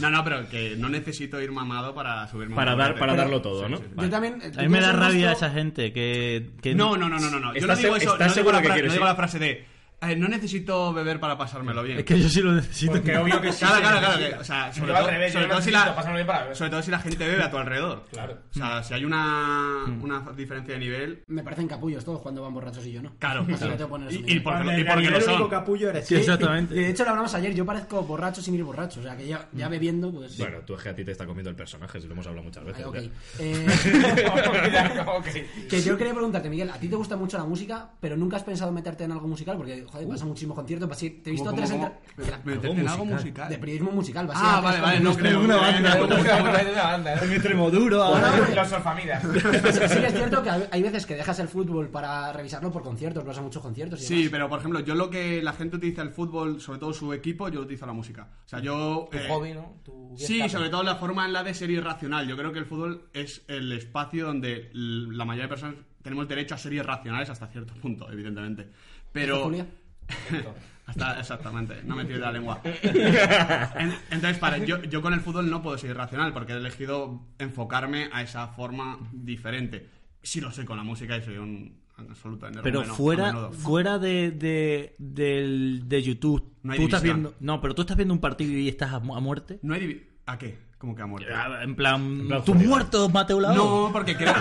S3: no, no, pero que no necesito ir mamado para subirme. a un
S1: Para dar-
S3: taburete.
S1: para darlo
S3: Sí,
S1: todo,
S3: sí,
S1: ¿no?
S3: sí,
S1: Yo
S3: vale.
S4: también, eh,
S10: A mí me da
S4: ¿tú tienes
S10: rabia
S4: gusto?
S10: esa gente que. que-
S3: No, no, no, no, no. no. Yo no
S10: ¿Estás
S3: digo
S10: se-
S3: eso.
S10: estás
S3: No digo,
S10: seguro
S3: la,
S10: que
S3: fra-
S10: quieres
S3: no digo
S10: ir?
S3: la frase de. "Eh, no necesito beber para pasármelo bien.
S10: Es que yo sí lo necesito.
S2: Porque obvio que sí
S3: Claro,
S2: se
S3: claro, claro.
S2: necesita.
S3: que- o sea,
S2: Yo
S3: sobre
S2: al
S3: todo,
S2: revés, yo
S3: sobre
S2: no
S3: todo si
S2: necesito
S3: la,
S2: pasármelo bien para beber.
S3: sobre todo si la gente bebe a tu alrededor.
S2: Claro.
S3: O sea, si hay una, una diferencia de nivel.
S4: Me parecen capullos todos cuando van borrachos y yo no.
S3: *laughs* Claro.
S4: *laughs* Así
S3: claro.
S4: que te pones
S3: Y-
S4: un
S3: y,
S4: nivel.
S3: porque,
S2: Cuando
S3: lo- y
S2: el
S3: porque lo
S2: ganadero
S3: son.
S2: único capullo eres
S10: Sí,
S11: *laughs*
S2: tú.
S10: exactamente.
S4: De hecho, lo hablamos ayer. Yo parezco borracho sin ir borracho. O sea, que ya, ya bebiendo, pues.
S1: Bueno, tú es que a ti te está comiendo el personaje, si lo hemos hablado muchas veces.
S4: Ah, ok.
S2: *laughs*
S1: ya.
S4: Eh,
S11: Ok.
S4: que yo quería preguntarte, Miguel, a ti te gusta mucho la música, pero nunca has pensado meterte en algo musical, porque joder, vas a muchísimos conciertos, vas a ir- pues te he visto
S3: ¿Cómo,
S4: tres
S3: cómo,
S4: entra-
S3: cómo? Meterte en algo musical.
S4: de periodismo musical, vas
S3: Ah,
S4: a ir a
S3: vale,
S4: tres
S3: vale, no
S4: conciertos.
S3: creo.
S4: Una banda.
S3: Eh, no, no, no, no.
S11: Los
S2: *laughs*
S11: orfamidas.
S4: Sí que es cierto que hay veces que dejas el fútbol para revisarlo por conciertos, vas a muchos conciertos y
S3: Sí,
S4: demás.
S3: pero por ejemplo, yo lo que la gente utiliza el fútbol, sobre todo su equipo, yo lo utilizo la música. O sea, yo.
S11: Tu
S3: eh,
S11: hobby, ¿no? Tu
S3: Sí,
S11: escape.
S3: sobre todo la forma en la de ser irracional. Yo creo que el fútbol es el espacio donde l- la mayoría de personas tenemos derecho a ser irracionales hasta cierto punto, evidentemente. Pero.
S4: Julia?
S3: *laughs* Hasta- exactamente, no me tires la lengua. En- Entonces, para, yo, yo con el fútbol no puedo ser irracional porque he elegido enfocarme a esa forma diferente. Sí lo soy con la música y soy un absoluto energúmeno,
S10: Pero
S3: a
S10: fuera,
S3: menudo.
S10: fuera de, de, del- de YouTube,
S3: No hay
S10: tú estás
S3: división.
S10: viendo. No, pero tú estás viendo un partido y estás a, mu- a muerte.
S3: No hay divi- ¿A qué? ¿Cómo que a muerte?
S10: Ah, En plan,
S1: plan,
S10: tú
S1: joder.
S10: muerto, Mateo Lao.
S3: No, porque creo.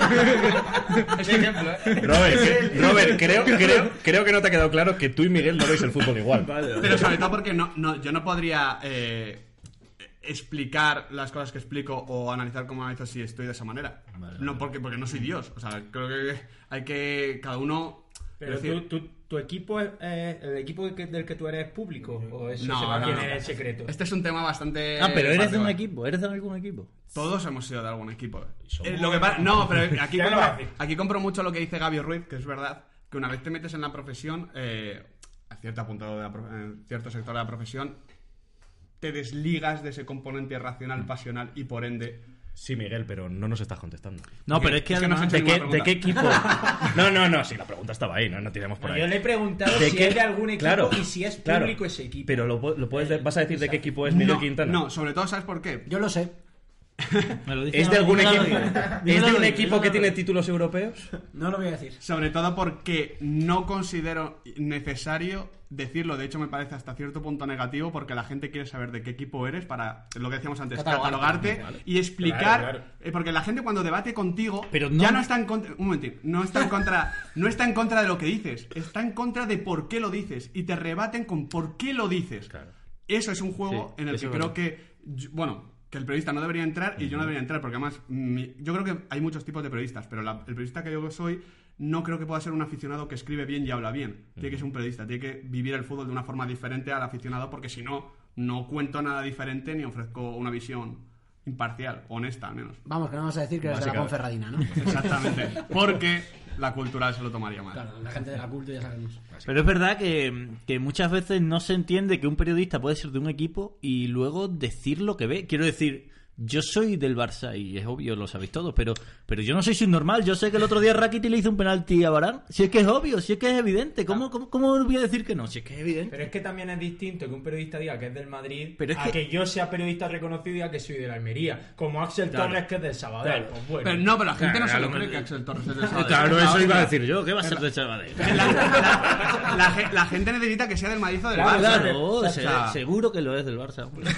S3: es que ejemplo, ¿eh?
S1: Robert,
S3: *laughs*
S1: que- Robert, creo, creo, creo que no te ha quedado claro que tú y Miguel no veis el fútbol igual.
S3: Pero sobre todo porque no, no, yo no podría eh, explicar las cosas que explico o analizar cómo analizo si estoy de esa manera. No, porque, porque no soy Dios. O sea, creo que hay que. Cada uno.
S2: Pero
S3: es decir,
S2: tú, tú- tu equipo es, eh, el equipo del que, del que tú eres es público o eso
S3: No,
S2: se va
S3: no,
S2: tiene
S3: no.
S2: el secreto.
S3: Este es un tema bastante.
S10: Ah,
S2: eh,
S10: pero eres
S3: bastante
S10: de un
S3: guay.
S10: equipo, eres de algún equipo.
S3: Todos hemos sido de algún equipo. Eh, lo que pasa- no, pero aquí,
S11: Ya lo
S3: compro,
S11: va a decir.
S3: aquí compro mucho lo que dice Gaby Ruiz, que es verdad, que una vez te metes en la profesión, eh, a cierto punto de la pro- en cierto sector de la profesión, te desligas de ese componente irracional, pasional y por ende.
S1: Sí, Miguel, pero no nos estás contestando.
S10: No,
S3: Bien,
S10: pero es que
S3: es que no has
S10: además,
S3: hecho
S10: ¿de, qué,
S3: ninguna
S10: de qué
S3: *laughs*
S10: equipo?
S1: No, no, no, sí, la pregunta estaba ahí, no, no tiremos por
S2: No,
S1: ahí.
S2: yo le he preguntado
S1: ¿De
S2: si
S1: qué-
S2: es de algún equipo
S1: claro,
S2: y si es
S1: claro.
S2: público ese equipo.
S1: Pero lo, po- lo puedes, de- vas a decir de qué equipo es Miguel
S3: no,
S1: Pues, Quintana.
S3: no, sobre todo, ¿sabes por qué?
S4: Yo lo sé.
S1: ¿Es de algún equipo, ¿es de un equipo que tiene
S3: títulos europeos?
S4: No lo voy a decir.
S3: Sobre todo porque no considero necesario decirlo. De hecho, me parece hasta cierto punto negativo porque la gente quiere saber de qué equipo eres para, lo que decíamos antes,
S16: Catalogarte.
S3: catalogarte
S16: Vale.
S3: y explicar.
S16: Claro, claro.
S3: eh, Porque la gente cuando debate contigo
S16: Pero no-
S3: ya no está en contra. Un momentito, no está
S16: *laughs*
S3: en contra, no está en contra de lo que dices, está en contra de por qué lo dices y te rebaten con por qué lo dices. Eso es un juego
S16: Sí,
S3: en el
S16: eso
S3: que
S16: es
S3: creo
S16: verdad.
S3: que, yo- bueno, que el periodista no debería entrar y yo no debería entrar, porque además mi- yo creo que hay muchos tipos de periodistas, pero la- el periodista que yo soy no creo que pueda ser un aficionado que escribe bien y habla bien. Tiene que ser un periodista, tiene que vivir el fútbol de una forma diferente al aficionado, porque si no, no cuento nada diferente ni ofrezco una visión imparcial, honesta al menos.
S4: Vamos, que no vamos a decir que eres de la
S3: Básicamente.
S4: Ponferradina, ¿no?
S10: *laughs*
S3: Exactamente, porque la cultural se lo tomaría mal.
S4: Claro, la gente de la culto ya sabemos.
S10: Pero es verdad que, que muchas veces no se entiende que un periodista puede ser de un equipo y luego decir lo que ve. Quiero decir, yo soy del Barça y es obvio, lo sabéis todos, pero, pero yo no soy subnormal. Yo sé que el otro día Rakiti le hizo un penalti a Barán. Si es que es obvio, si es que es evidente. ¿Cómo, cómo, cómo voy a decir que no? Si es que es evidente.
S2: Pero es que también es distinto que un periodista diga que es del Madrid
S10: Pero es
S2: a
S10: que-
S2: que... yo sea periodista reconocido y a que soy de la Almería. Como Axel
S10: Claro.
S2: Torres, que es del Sabadell.
S10: Claro.
S2: Pues bueno.
S3: Pero no, pero la gente no se
S10: Claro,
S3: lo cree
S10: claro.
S3: que Axel
S10: *laughs*
S3: Torres es del Sabadell.
S10: Claro, eso
S3: Ahora,
S10: iba a decir yo. ¿Qué va a ser de
S1: *laughs*
S10: Sabadell?
S3: La, ge- la gente necesita que sea del Madrid o del
S10: Claro,
S3: Barça. O
S10: se-
S3: sea,
S10: seguro que lo es del Barça.
S1: *laughs*
S10: hombre.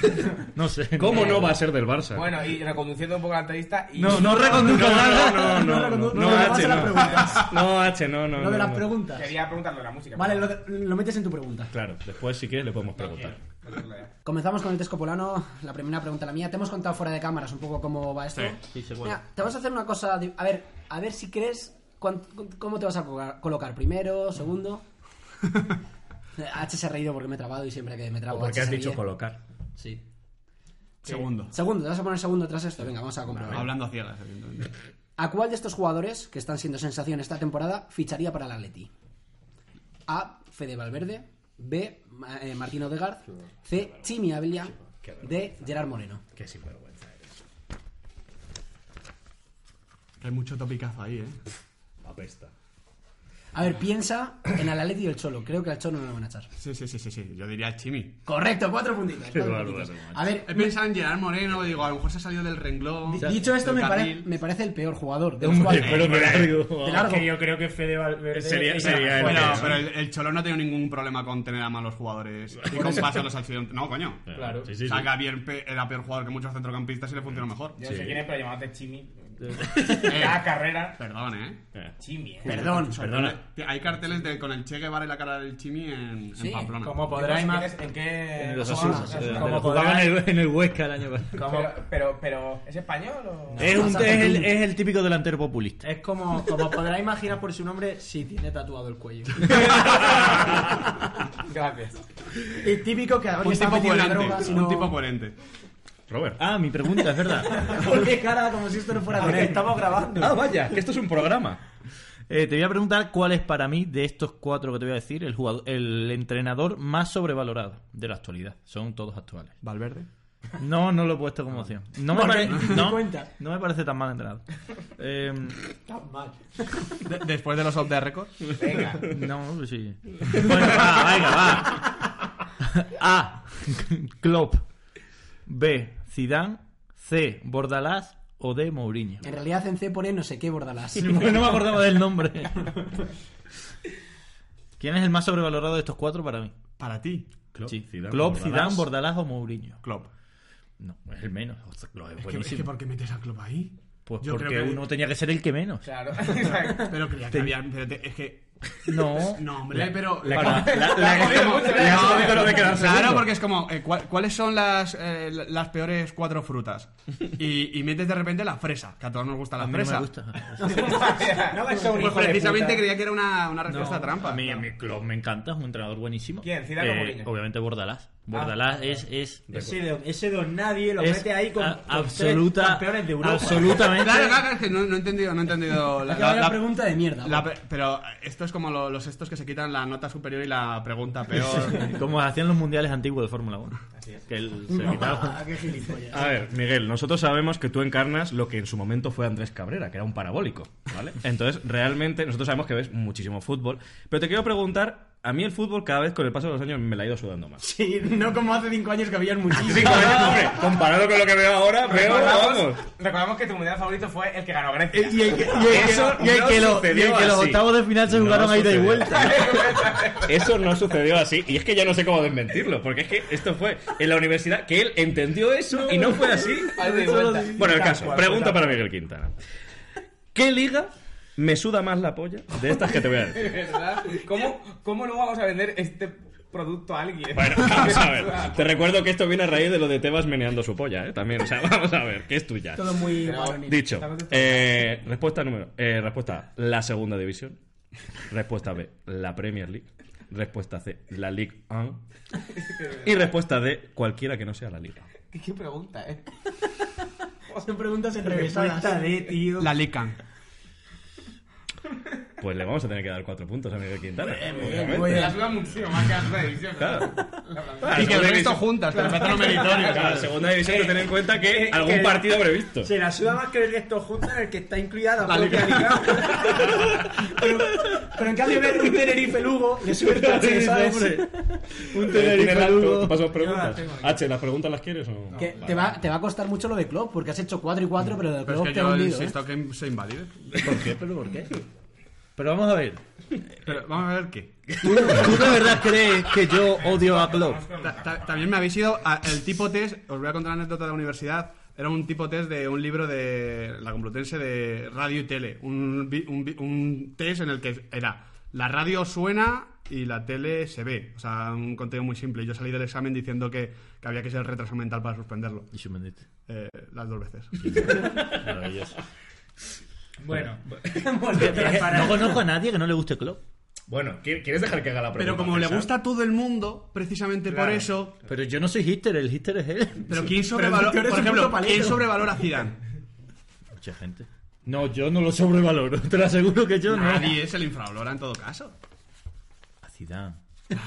S10: No sé.
S1: ¿Cómo no va a ser del Barça?
S11: Bueno, y reconduciendo un poco la entrevista. Y...
S1: No, no reconduzca
S11: No,
S1: nada.
S11: no, no,
S1: No, no, no,
S11: no,
S1: H,
S11: no,
S1: no.
S11: no, preguntas.
S1: *laughs* No, H, no, no.
S4: Lo de
S1: no,
S4: las
S1: no.
S4: preguntas.
S11: Quería preguntarle la música.
S4: Vale, lo, lo metes en tu pregunta.
S1: Claro, después si quieres le podemos preguntar.
S4: Comenzamos con el Tescopolano. La primera pregunta, la mía. Te hemos contado fuera de cámaras un poco cómo va esto. Mira, te vas a hacer una cosa. di- A ver, a ver si crees. cuán- ¿Cómo te vas a colocar? colocar?
S1: *laughs*
S4: ¿Primero? ¿Segundo? H se ha reído porque me he trabado y siempre que me trabo.
S1: O porque
S4: H
S1: has
S4: se
S1: dicho
S4: ríe.
S1: colocar.
S4: Sí.
S3: Segundo.
S4: Segundo, te vas a poner segundo tras esto. Venga, vamos a comprobar.
S3: Hablando a ciegas, evidentemente.
S4: ¿A cuál de estos jugadores que están siendo sensación esta temporada ficharía para el Atleti? A. Fede Valverde. B. Ma- eh, Martín Odegaard. C. Chimi Ávila. D. Gerard Moreno.
S1: Qué sinvergüenza eh. eres.
S3: Hay mucho topicazo ahí, ¿eh?
S1: Apesta.
S4: A ver, piensa en el Atleti y el Cholo. Creo que al Cholo no lo van a echar.
S3: Sí, sí, sí, sí, sí. Yo diría Chimi.
S4: Correcto, cuatro puntitos. cuatro puntitos. A ver,
S3: he pensado en Gerard Moreno, digo, a lo mejor se ha salido del renglón.
S4: di- dicho esto, me,
S3: del
S4: pare-
S3: carril.
S4: me parece el peor jugador de los
S3: Hombre,
S4: cuatro.
S3: pero de largo.
S4: De largo.
S2: Que yo creo que Fede Valverde. es la
S3: Bueno,
S2: mejor.
S3: pero el, el Cholo no ha tenido ningún problema con tener a malos jugadores y con pasarlos al siguiente. No, coño.
S2: Claro. Sí, sí,
S3: O sea,
S2: sí.
S3: Gabriel Pe- era peor jugador que muchos centrocampistas y le funcionó mejor.
S11: Yo no sé quién es, pero llamate Chimi.
S1: *laughs*
S2: *laughs*
S3: Eh,
S11: La carrera.
S3: Perdón, ¿eh?
S11: Chimi, ¿eh?
S3: Perdón,
S11: Perdona.
S3: Hay carteles de, con el Che Guevara y la cara del Chimi en,
S11: Sí.
S3: en Pamplona.
S11: Como podrá imaginar. ¿En qué?
S10: En los
S11: jugaba?
S10: Asunas. eh,
S11: ¿Cómo
S10: donde
S11: podrá-
S10: Jugaba en el, en el Huesca el año pasado.
S11: Pero, pero, pero, ¿es español o.?
S10: Es, un- es el, es el típico delantero populista.
S2: Es como, como podrá imaginar por su nombre, si tiene tatuado el
S11: *laughs*
S2: cuello.
S11: Gracias.
S2: Y típico que ahora
S3: Un
S2: está
S3: tipo
S2: metido en la
S3: coherente.
S2: droga, si
S3: Un
S2: no-
S3: tipo coherente.
S1: Robert.
S10: Ah, mi pregunta, es verdad.
S2: *laughs*
S4: Porque cara, como si esto no fuera
S2: Porque estamos grabando.
S1: Ah, vaya, que esto es un programa.
S10: Eh, te voy a preguntar cuál es para mí, de estos cuatro que te voy a decir, el, jugador, el entrenador más sobrevalorado de la actualidad. Son todos actuales.
S3: ¿Valverde?
S10: No, no lo he puesto como opción. No me,
S2: Vale,
S10: pare-
S2: me
S10: no,
S2: cuenta.
S10: no me parece tan mal entrenador. Eh,
S3: De- después de los off the record.
S11: Venga.
S10: no, pues sí. Bueno, va, venga, va. A. Klopp. B. Zidane. C. Bordalás. O D. Mourinho.
S4: En realidad en C pone no sé qué Bordalás.
S10: Porque no me acordaba del
S4: *laughs*
S10: nombre. ¿Quién es el más sobrevalorado de estos cuatro para mí?
S3: Para ti.
S1: Klopp,
S10: Sí.
S1: Zidane,
S10: Klopp,
S1: Bordalás.
S10: Zidane, Bordalás o Mourinho.
S3: Klopp.
S10: No, es el menos. Hostia, Klopp es
S3: Es que, es que
S10: buenísimo.
S3: ¿por qué metes a Klopp ahí?
S10: Pues
S3: Yo
S10: porque
S3: creo que-
S10: uno tenía que ser el que menos.
S3: *laughs*
S11: Claro.
S3: Pero creía que había... pero te- es que...
S11: ¿Eh?
S10: No.
S3: No, hombre, pero...
S10: la-
S3: *laughs* para-
S10: la- la-
S3: para-
S10: la-
S3: como-
S10: la- la-
S3: No,
S10: la- la- la-
S3: Claro,
S10: segundo.
S3: porque es como... eh, ¿cuál- ¿Cuáles son las, eh, las peores cuatro frutas? Y, y metes de repente la fresa, que a todos nos gusta la
S10: A mí no
S3: fresa.
S10: me gusta.
S11: no es un
S3: Pues
S11: hijo de
S3: precisamente
S11: puta.
S3: creía que era una, una respuesta
S10: No,
S3: trampa.
S10: A mí, a mí Klopp me encanta, es un entrenador buenísimo. Eh,
S11: ¿Quién, Zidane o Mourinho?
S10: Obviamente Bordalás.
S2: Ah,
S10: Bordalás es... es
S2: Ese don, ese don nadie lo
S10: es
S2: mete ahí con,
S10: a-
S2: con
S10: absoluta,
S2: tres campeones de Europa. *laughs*
S10: Absolutamente.
S3: Claro, claro, es que no, no he entendido, no
S11: *laughs*
S3: he entendido la, la- la-
S4: pregunta de mierda.
S3: la pre- pero eh, esto es como lo- los estos que se quitan la nota superior y la
S1: *laughs*
S3: pregunta peor.
S10: Como hacían los mundiales antiguos de Fórmula 1. Que el- se quitaba.
S4: Ah, qué gilipollas.
S1: A ver, Miguel, nosotros sabemos que tú encarnas lo que en su momento fue Andrés Cabrera, que era
S10: *laughs*
S1: un parabólico, ¿vale? Entonces, realmente, nosotros sabemos que ves muchísimo fútbol, pero te quiero preguntar a mí el fútbol cada vez con el paso de los años me la ha ido sudando más.
S2: Sí, no como hace 5 años que habían muchísimos.
S1: Cinco años, hombre, comparado con lo que veo ahora, veo, vamos.
S11: Recordamos, recordamos que tu mundial favorito fue el que ganó Grecia. *laughs*
S1: Y el que- y el que-
S11: Eso
S10: Y el
S11: no
S10: que, lo- y
S11: sucedió
S10: el que los
S11: así.
S10: octavos de final se
S1: No
S10: jugaron ahí de
S1: sucedió.
S10: vuelta.
S1: Eso no sucedió así. Y es que ya no sé cómo desmentirlo. Porque es que esto fue en la universidad que él entendió eso y no fue así.
S11: Ahí de vuelta.
S1: Bueno, el
S11: Tal
S1: caso.
S11: cual,
S1: Pregunta
S11: tal
S1: para Miguel Quintana. ¿Qué liga me suda más la polla de estas que te voy a decir?
S11: ¿Verdad? ¿Cómo, ¿Cómo no vamos a vender este producto a alguien?
S1: Bueno, vamos a ver. Te recuerdo que esto viene a raíz de lo de Tebas meneando su polla, ¿eh? También, o sea, *laughs* vamos a ver, que es tuya.
S4: Todo muy
S11: Pero-
S4: varonil.
S1: Dicho, eh, respuesta número. eh, respuesta A, la segunda división. Respuesta B, la Premier League. Respuesta C, la Ligue 1. Y respuesta D, cualquiera que no sea la Liga.
S11: ¿Qué, qué pregunta, eh?
S2: Son preguntas enrevesadas.
S13: de, tío.
S3: La Lican.
S1: Pues le vamos a tener que dar cuatro puntos a Miguel Quintana. obviamente.
S11: Te la suda muchísimo más que la segunda división.
S1: Claro.
S11: Ah,
S3: Y que el
S1: segunda
S3: resto
S1: división-
S3: juntas, pero faltan los meritorios.
S1: Claro, la segunda división hay
S3: Eh,
S1: que tener en cuenta que algún
S2: que-
S1: partido habré visto.
S2: Se la suda más que el resto junto en el que está incluida la,
S3: La
S2: propia
S3: liga. *laughs*
S2: liga. pero, pero en cambio ver un Tenerife Lugo le sube el tache, ¿sabes?
S1: Un
S10: Tenerife Lugo.
S1: ¿Te paso preguntas?
S2: Yo las tengo aquí.
S1: H, ¿las preguntas las quieres o no?
S4: Que te, va, te va a costar mucho lo de Klopp, porque has hecho 4 y 4, pero lo de
S3: Pero
S4: Klopp
S3: es que
S4: te ha
S3: yo
S4: hundido. ¿eh?
S3: insisto que se invalide.
S10: ¿Por qué? ¿Pero por qué? Pero vamos a ver.
S1: Eh,
S3: Pero vamos a ver qué.
S10: ¿Tú, tú de verdad crees que yo odio a Klopp?
S3: Ta- ta- También me habéis ido a- el tipo test, os voy a contar una anécdota de la universidad. Era un tipo test de un libro de la Complutense de radio y tele. Un, vi- un vi- un test en el que era la radio suena y la tele se ve. O sea, un contenido muy simple. Yo salí del examen diciendo que, que había que ser retraso mental para suspenderlo.
S10: Y Schumann.
S3: Eh, las dos veces.
S10: Maravilloso. *laughs*
S2: Bueno,
S10: No conozco a nadie que no le guste Klopp.
S1: Bueno, ¿qui- ¿quieres dejar que haga la pregunta?
S3: Pero como le
S1: César?
S3: gusta a todo el mundo, precisamente por eso.
S10: Pero yo no soy Hitter, el Hitter es él.
S3: Pero ¿quién sobrevalora,
S2: tú eres
S3: por
S2: un
S3: ejemplo,
S2: puto palito.
S3: ¿quién sobrevalora a Zidane?
S10: Mucha gente. No, yo no lo sobrevaloro. Te lo aseguro que yo no.
S3: Nadie es el infravalora en todo caso.
S10: A Zidane.
S1: *laughs*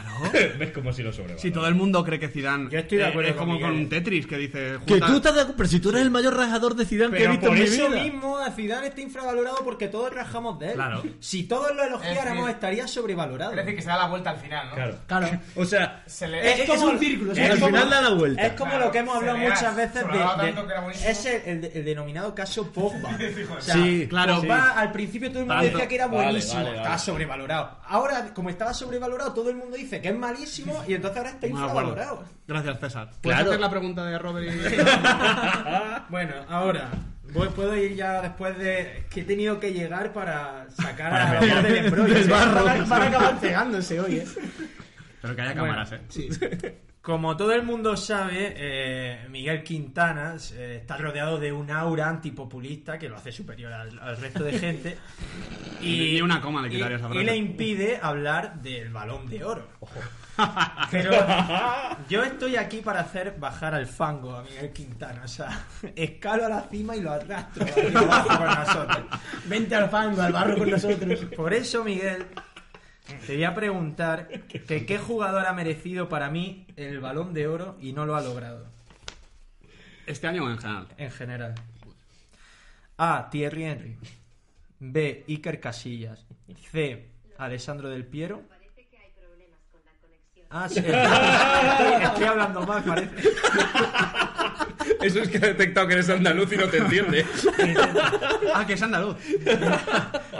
S1: ¿Ves como si lo sobrevalora?
S3: Si todo el mundo cree que Zidane
S2: Yo estoy de
S3: eh,
S2: acuerdo
S3: es
S2: con
S3: como
S2: Miguel.
S3: con un Tetris que dice
S10: Que
S3: junta-
S10: tú estás de acu- Pero si tú eres el mayor rajador de Zidane que he
S2: Pero
S10: visto en
S2: por
S10: mi
S2: eso
S10: vida.
S2: mismo a Zidane está infravalorado porque todos rajamos de él.
S3: Claro.
S2: Si todos lo
S11: Es
S2: elogiáramos
S11: que-
S2: estaría sobrevalorado.
S11: Es decir, que se da la vuelta al final, ¿no?
S1: Claro.
S4: Claro.
S1: O sea,
S11: Se le...
S2: Es, como, un círculo,
S10: es al final da la vuelta.
S2: Es como
S11: Claro,
S2: lo que hemos hablado
S11: se vea,
S2: muchas veces de,
S11: sobraba
S2: de-
S11: tanto que era buenísimo.
S2: es el, el- el denominado caso
S11: *laughs*
S2: Pogba. O sea,
S10: Sí,
S3: claro,
S2: Pogba,
S3: sí.
S2: al principio todo el mundo
S3: Tanto.
S2: decía que era
S1: Vale,
S2: buenísimo,
S1: vale, vale.
S2: estaba sobrevalorado. Ahora, como estaba sobrevalorado, todo el mundo dice que es malísimo y entonces ahora está
S3: No me acuerdo.
S2: infravalorado.
S3: Gracias, César. ¿Puedes
S10: Claro.
S3: hacer la pregunta de Robert
S2: *laughs*
S3: y-
S2: Bueno, ahora voy- puedo ir ya después de que he tenido que llegar para sacar a la
S10: meter-
S2: parte del embrollo.
S10: del barro.
S2: Van a- van a acabar cegándose hoy, eh.
S3: Pero que haya
S2: Bueno.
S3: cámaras, eh.
S2: Como todo el mundo sabe, eh, Miguel Quintana eh, está rodeado de un aura antipopulista que lo hace superior al, al resto de gente. y,
S3: Ni una coma le
S2: y-
S3: quitaría esa frase.
S2: y le impide hablar del balón de oro. *laughs* Pero yo estoy aquí para hacer bajar al fango a Miguel Quintana. O sea, escalo a la cima y lo arrastro aquí abajo con nosotros.
S4: Vente al fango, al barro con nosotros.
S2: Por eso, Miguel, te voy a preguntar que qué jugador ha merecido para mí el balón de oro y no lo ha logrado,
S3: Este año o en general.
S2: en general. A. Thierry Henry. B. Iker Casillas. C. Alessandro Del Piero. Ah,
S1: *laughs*
S2: sí. Estoy hablando mal, parece.
S1: eso es que ha detectado que eres andaluz y no te entiende.
S3: Ah, que es andaluz.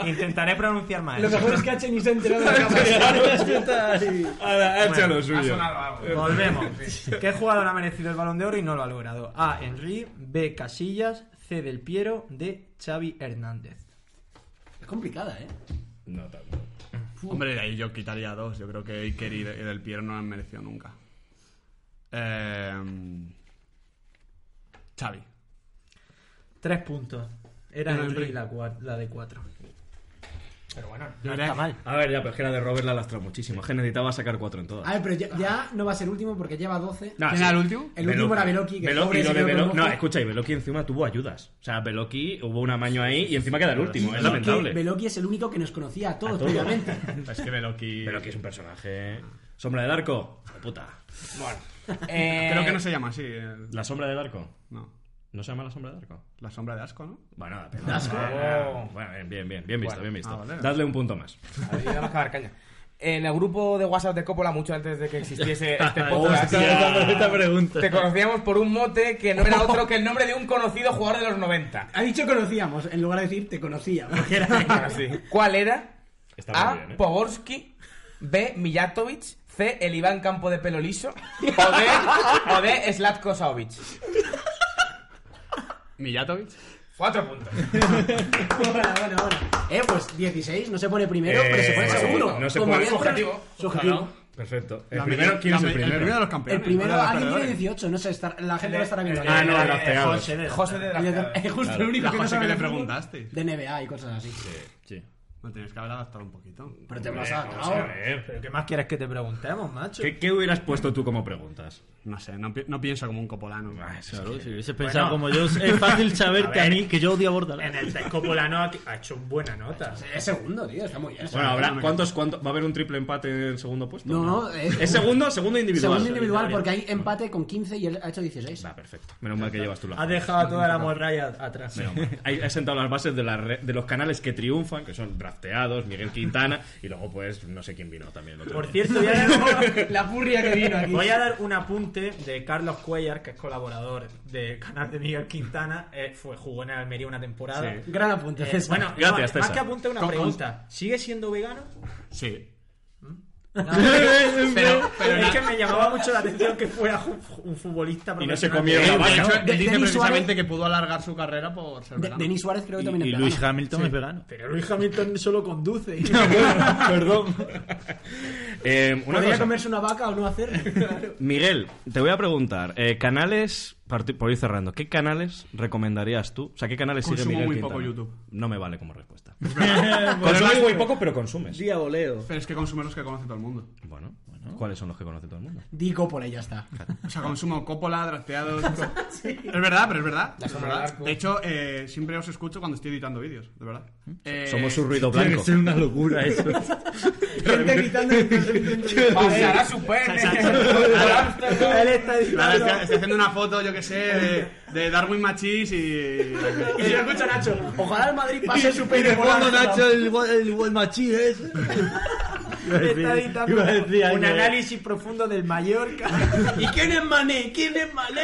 S2: Intentaré pronunciar mal.
S4: Lo mejor es que H ni se
S3: *laughs*
S4: ha enterado de la
S1: Ahora, echa lo
S11: Ha
S1: suyo.
S11: sonado algo.
S2: Volvemos.
S1: *laughs*
S2: ¿Qué jugador ha merecido el balón de oro y no lo ha logrado? A. Henry. B. Casillas. C. Del Piero. D. Xavi Hernández.
S4: Es complicada, ¿eh?
S1: No, tanto.
S3: Hombre, de ahí yo quitaría dos. Yo creo que Iker y de- y Del Piero no lo han merecido nunca. Eh... Xavi.
S2: Tres puntos. Era
S3: Era
S2: Henry
S3: Henry.
S2: la, cua- la de cuatro. Pero bueno, no
S3: diría
S2: está mal.
S1: A ver, ya, pero es que la de Robert la lastró muchísimo. Es que necesitaba sacar cuatro en
S4: A
S1: todas.
S4: ver, pero ya, ya no va a ser último porque lleva 12.
S1: No,
S3: ¿Quién
S1: sí.
S3: era el último?
S4: El último era Veloki, que el pobre
S1: y lo
S4: se
S1: de
S4: quedó con
S1: Velo-
S4: el
S1: No,
S4: ojo.
S1: escucha, y Veloki encima tuvo ayudas. O sea, Veloki hubo un amaño ahí y encima queda el último. Es
S4: Porque
S1: lamentable.
S4: Beloki es el único que nos conocía a todos,
S1: todos.
S4: previamente.
S3: *laughs*
S4: *laughs*
S3: Es que Veloki.
S1: Veloki es un personaje. Sombra del arco. Hijo de Puta.
S11: Eh,
S3: Creo que no se llama así. el-
S1: La sombra del arco.
S3: No.
S1: ¿No se llama la sombra del arco?
S3: La sombra de asco, ¿no?
S1: Bueno, Bueno, bien, bien, bien visto, bien visto.
S3: ah, vale.
S1: Dadle un punto más.
S11: Ahí vamos a dar caña.
S2: Eh,
S11: En el grupo de WhatsApp de Coppola, mucho antes de que
S1: *laughs*
S11: existiese este
S10: Hostia.
S11: podcast,
S10: Esta pregunta.
S11: te conocíamos por un mote que no era otro que el nombre de un conocido jugador de los 90.
S17: Ha dicho conocíamos, en lugar de decir te conocía. porque era-
S4: *laughs*
S11: ¿Cuál era?
S17: Está
S11: A.
S17: muy bien, ¿eh?
S11: Pogorski. B. Mijatovic. C. El Iván Campo de pelo liso. O D. o D, Slatko Savic.
S3: Mijatovic.
S11: Cuatro puntos.
S17: Ahora, ahora, ahora. Eh, pues 16, no se pone primero, pero se pone segundo.
S1: No se
S17: Como
S1: puede.
S17: bien, Subjetivo.
S1: Perfecto. El
S17: La
S1: primero,
S17: medida-
S1: ¿quién
S17: la
S1: es el
S17: medida-
S1: primero?
S17: el primero de los
S4: El primero, alguien tiene 18, no sé, estar- la gente no estará viendo.
S1: Ah, no, los pegados.
S3: José de Drafteados.
S4: Es justo
S3: Claro.
S4: el único
S3: La
S4: que no
S3: José
S4: sabe
S3: que le
S4: de fútbol,
S3: preguntaste.
S4: De NBA y cosas así.
S1: Sí.
S3: No tenías que haber adaptado un poquito.
S4: Pero te
S3: Hombre,
S4: vas a-
S3: vamos
S4: claro.
S3: ver.
S2: ¿Pero qué más quieres que te preguntemos, macho?
S1: ¿Qué, qué hubieras puesto tú como preguntas?
S3: No sé, no, pi- no pienso como un copolano.
S1: Claro, si
S3: hubiese
S10: pensado como yo, es fácil
S1: *laughs*
S10: saber que a mí, que yo odio a Bordalás.
S2: En el test Copolano ha ha hecho buena nota.
S4: Es segundo, tío, está muy bien.
S1: Bueno, habrá, ¿cuántos, cuánto, ¿va a haber un triple empate en el segundo puesto?
S4: No, no,
S1: es,
S4: es- *laughs*
S1: segundo, segundo individual.
S4: Segundo individual, porque hay empate con 15 y él ha hecho 16.
S1: Va, perfecto. Menos mal que llevas tú la.
S2: Ha dejado toda la morralla
S1: Menos
S2: atrás.
S10: *laughs*
S1: mal. Ahí Has sentado las bases de, la re- de los canales que triunfan, que son Drafteados, Miguel Quintana, *laughs* y luego, pues, no sé quién vino también. el otro
S2: Por
S1: día.
S2: cierto, voy a *laughs* dar,
S4: La furria que vino aquí.
S2: Voy a dar un apunte de Carlos Cuellar, que es colaborador del canal de Miguel Quintana. eh, fue, jugó en Almería una temporada.
S4: Sí. Gran apunte,
S2: Eh,
S4: César.
S2: bueno,
S4: Gracias,
S2: más- más
S4: César.
S2: que apunte una
S4: Con- con-
S2: pregunta. ¿Sigue siendo vegano?
S3: Sí.
S2: pero,
S3: *laughs*
S2: *laughs*
S3: pero
S2: es
S3: no-
S2: que me llamaba mucho la atención que fuera un, un futbolista
S3: Y no se
S2: profesional.
S3: comió
S2: Eh,
S3: una
S2: de
S3: vaca.
S2: hecho,
S3: Él dice
S2: Denis
S3: precisamente
S2: Suárez-
S3: que pudo alargar su carrera por ser vegano.
S4: Denis Suárez creo que también es
S10: Luis
S4: vegano.
S10: Hamilton
S4: Sí.
S10: es
S3: *laughs*
S10: vegano.
S2: Pero Luis Hamilton solo conduce. *laughs*
S10: Perdón.
S1: Eh, una
S2: ¿Podría
S1: cosa.
S2: comerse una vaca o no
S10: *laughs*
S2: hacerlo?
S1: Miguel, te voy a preguntar, eh, canales, parti- por ir cerrando, ¿qué canales recomendarías tú? O sea, ¿qué canales sigue
S3: Consumo
S1: Miguel
S3: muy
S1: Quintana?
S3: poco YouTube.
S1: No me vale como respuesta.
S3: Pero
S1: Consumes
S3: no-
S1: muy poco, pero consumes.
S3: Diaboleo. Pero es que consumes los que conoce todo el mundo.
S1: Bueno, bueno. ¿Cuáles son los que conoce todo el mundo?
S4: Di Coppola y ya
S10: *laughs*
S4: está.
S3: O sea, consumo Coppola, drafteados. Es verdad, pero es verdad.
S4: La
S3: es
S4: sombra
S3: verdad.
S4: del arco.
S3: De hecho, eh, siempre os escucho cuando estoy editando vídeos, de verdad. Eh,
S1: Somos
S3: *laughs*
S1: un ruido Tiene que blanco. ser una locura eso.
S10: *laughs*
S3: Gente gritando en el
S11: Pasará su pene.
S3: *laughs* Él
S2: está
S3: editando. Estoy haciendo una foto, yo que sé, de, de Darwin Machís y. Y
S2: se lo escucha Nacho. Ojalá el Madrid pase su
S10: Y
S2: pene
S10: de
S2: por la
S10: fondo
S2: roja.
S4: *laughs*
S10: Nacho, el, gua- el, el machí es.
S2: Está editando
S10: Iba a decir algo.
S2: un
S1: eh.
S2: análisis profundo del Mallorca. ¿Y quién es Mané? ¿Quién es Mané?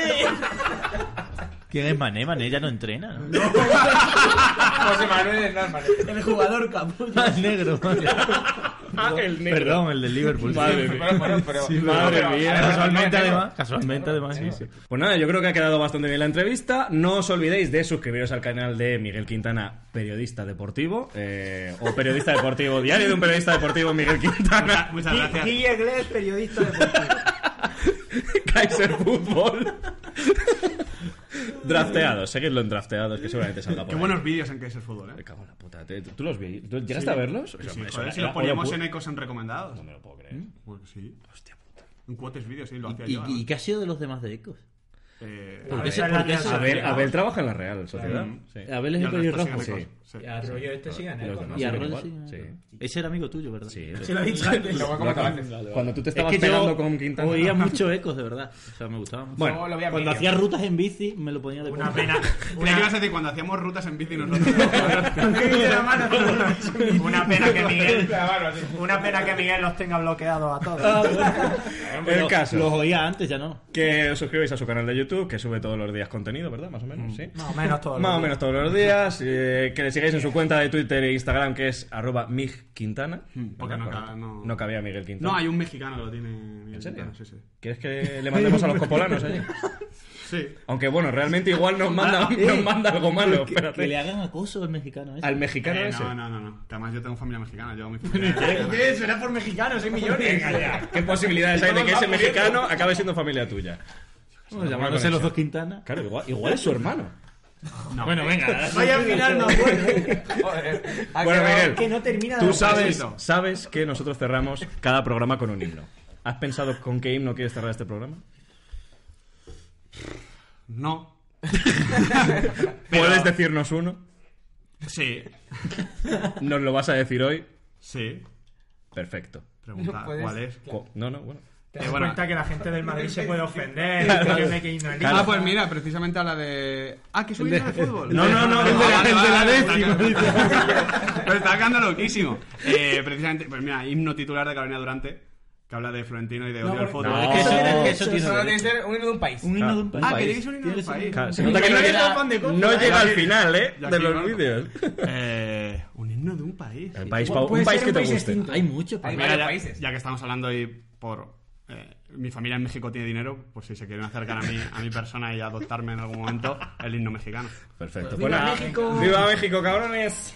S10: ¿Quién es Mané? Mané ya no entrena. ¿no?
S11: José Manuel Hernán Mané.
S2: El jugador capullo.
S10: Ah, El negro.
S11: el
S10: Perdón, el del Liverpool.
S1: Madre mía.
S11: Pero, pero, pero-
S10: Sí,
S11: pero-
S10: madre
S11: pero-
S10: mía.
S11: pero-
S10: Casualmente,
S11: pero-
S10: además. Casualmente, además. Sí, sí.
S1: Pues nada, yo creo que ha quedado bastante bien la entrevista. No os olvidéis de suscribiros al canal de Miguel Quintana, periodista deportivo, eh, o periodista deportivo, diario de un periodista deportivo, Miguel Quintana.
S3: *laughs* Muchas
S1: Y
S2: *laughs*
S3: gracias.
S2: Guille Glez, periodista deportivo.
S1: Kaiser Fútbol. *laughs* drafteados, seguidlo en drafteados, que seguramente salga por
S3: Qué
S1: ahí.
S3: buenos vídeos en que es el fútbol, eh.
S1: Cago en la puta. ¿Te- ¿Tú los vi? ¿Tú
S3: ¿Quieres
S1: ¿Llegaste a verlos?
S3: Pues Sí,
S1: Eso-
S3: joder,
S1: eso
S3: si los
S1: era-
S3: poníamos
S1: era
S3: en
S1: pu-
S3: Ecos en recomendados. No me
S1: pues, lo puedo creer.
S3: Pues sí. Hostia puta. En cuotes vídeos, sí, lo hacía
S10: ¿Y,
S3: yo.
S10: y qué ha sido de los demás de Ecos?
S3: Eh,
S10: ¿Por qué
S3: a ver,
S10: se-
S3: a
S10: por qué
S3: ver,
S10: se-
S3: a ver,
S1: Abel trabaja en la Real Sociedad.
S3: ah. Claro.
S1: Sí.
S10: Abel es
S3: Y
S10: el
S3: al resto
S10: pelirrojo,
S3: siguen
S10: sí.
S3: Ecos, sí.
S2: Y Arroyo este sigue en
S1: Y los
S2: Ecos, ¿no?
S10: Y
S1: demás siguen
S10: Arroyo
S1: igual,
S10: sigue en
S1: sí.
S10: Ecos. Ese era amigo tuyo, ¿verdad?
S1: Sí,
S10: Se
S1: sí.
S10: lo he dicho antes.
S11: Lo voy a comentar antes.
S1: Cuando tú te estabas
S10: Es que yo
S1: pegando con
S10: *laughs*
S1: Quintana. *laughs*
S10: Oía mucho ecos, de verdad. O sea, me gustaba mucho.
S1: Bueno, Yo lo
S11: veía en
S10: cuando
S11: vídeo.
S10: hacía rutas en bici, me lo ponía de Una *laughs*
S4: *laughs*
S2: pena.
S3: Creía que ibas a decir cuando hacíamos rutas en bici nosotros.
S2: Una pena que Miguel. Una pena que Miguel los tenga bloqueados a todos.
S1: El caso.
S10: Los oía antes, ya no.
S1: Que os suscribáis a su canal de YouTube, que sube todos los días contenido, ¿verdad? Más o menos, sí.
S2: Más o menos todos los
S1: Más o
S2: días.
S1: menos todos Mm. los días. eh, que le sigáis en su cuenta de Twitter e Instagram, que es arroba migquintana.
S3: Mm, Porque no,
S1: ¿Verdad?
S3: ca- no-
S1: No cabía Miguel Quintana.
S3: No, hay un mexicano que lo tiene.
S1: ¿En serio?
S3: Sí, sí.
S1: ¿Quieres que le mandemos a los copolanos allí?
S3: Sí.
S1: Aunque bueno, realmente igual nos manda, nos manda algo malo.
S10: Que,
S1: espérate.
S10: que le hagan acoso al mexicano ese.
S1: Al mexicano
S3: Eh,
S1: ese.
S3: No, no, no, no. Que Además, yo tengo familia mexicana. Yo mi familia mexicana.
S2: ¿Qué? Será por mexicanos, hay millones.
S1: ¿Qué posibilidades hay de que ese mexicano acabe siendo familia tuya?
S10: Vamos, llamándose los dos Quintana.
S1: Claro, igual, igual es su hermano.
S3: No.
S1: Bueno, *laughs* venga.
S2: Vaya al final no acuerdo.
S11: Joder, ha
S1: Bueno,
S11: quedado-
S1: Miguel,
S2: Que no termina de
S1: Tú sabes,
S3: Besito.
S1: sabes que nosotros cerramos cada programa con un himno. ¿Has pensado con qué himno quieres cerrar este programa?
S3: No.
S1: ¿Puedes decirnos uno?
S3: Sí.
S1: ¿Nos lo vas a decir hoy?
S3: Sí.
S1: Perfecto.
S3: Pregunta,
S11: Puedes-
S3: ¿cuál es?
S1: Cu- No, no, bueno.
S2: Te das cuenta que la gente del Madrid se puede ofender.
S3: Eh, Claro.
S2: que no hay que ir a la liga.
S3: Ah, pues mira, precisamente habla de. Ah, que soy de fútbol.
S2: No, no, no,
S3: Ah,
S2: el de la-
S3: vale,
S2: el de la
S3: vale,
S2: décima,
S3: está quedando- Pero *laughs* está quedando loquísimo. Eh, precisamente, pues mira, himno titular de Carolina Durante, que habla de Florentino y de
S11: No,
S3: odio al
S11: porque-
S3: fútbol.
S11: no,
S1: Ah,
S11: es que eso tiene- que eso tiene Solo derecho. tiene que ser un himno de un país. Un himno de un país.
S3: Ah, que tiene que ser un himno de un país. Eh, un himno de un país.
S1: El país pa- Ah, Puede un país ser un que te país guste. distinto. Hay países.
S3: muchos Pues Mira,
S1: Hay
S3: ya,
S1: varios países.
S3: ya que estamos hablando y por... eh, mi familia en México tiene dinero, pues si se quieren acercar a mi, a mi persona y adoptarme en algún momento, el himno mexicano.
S1: Perfecto. Pues nada, ¡Viva México, cabrones!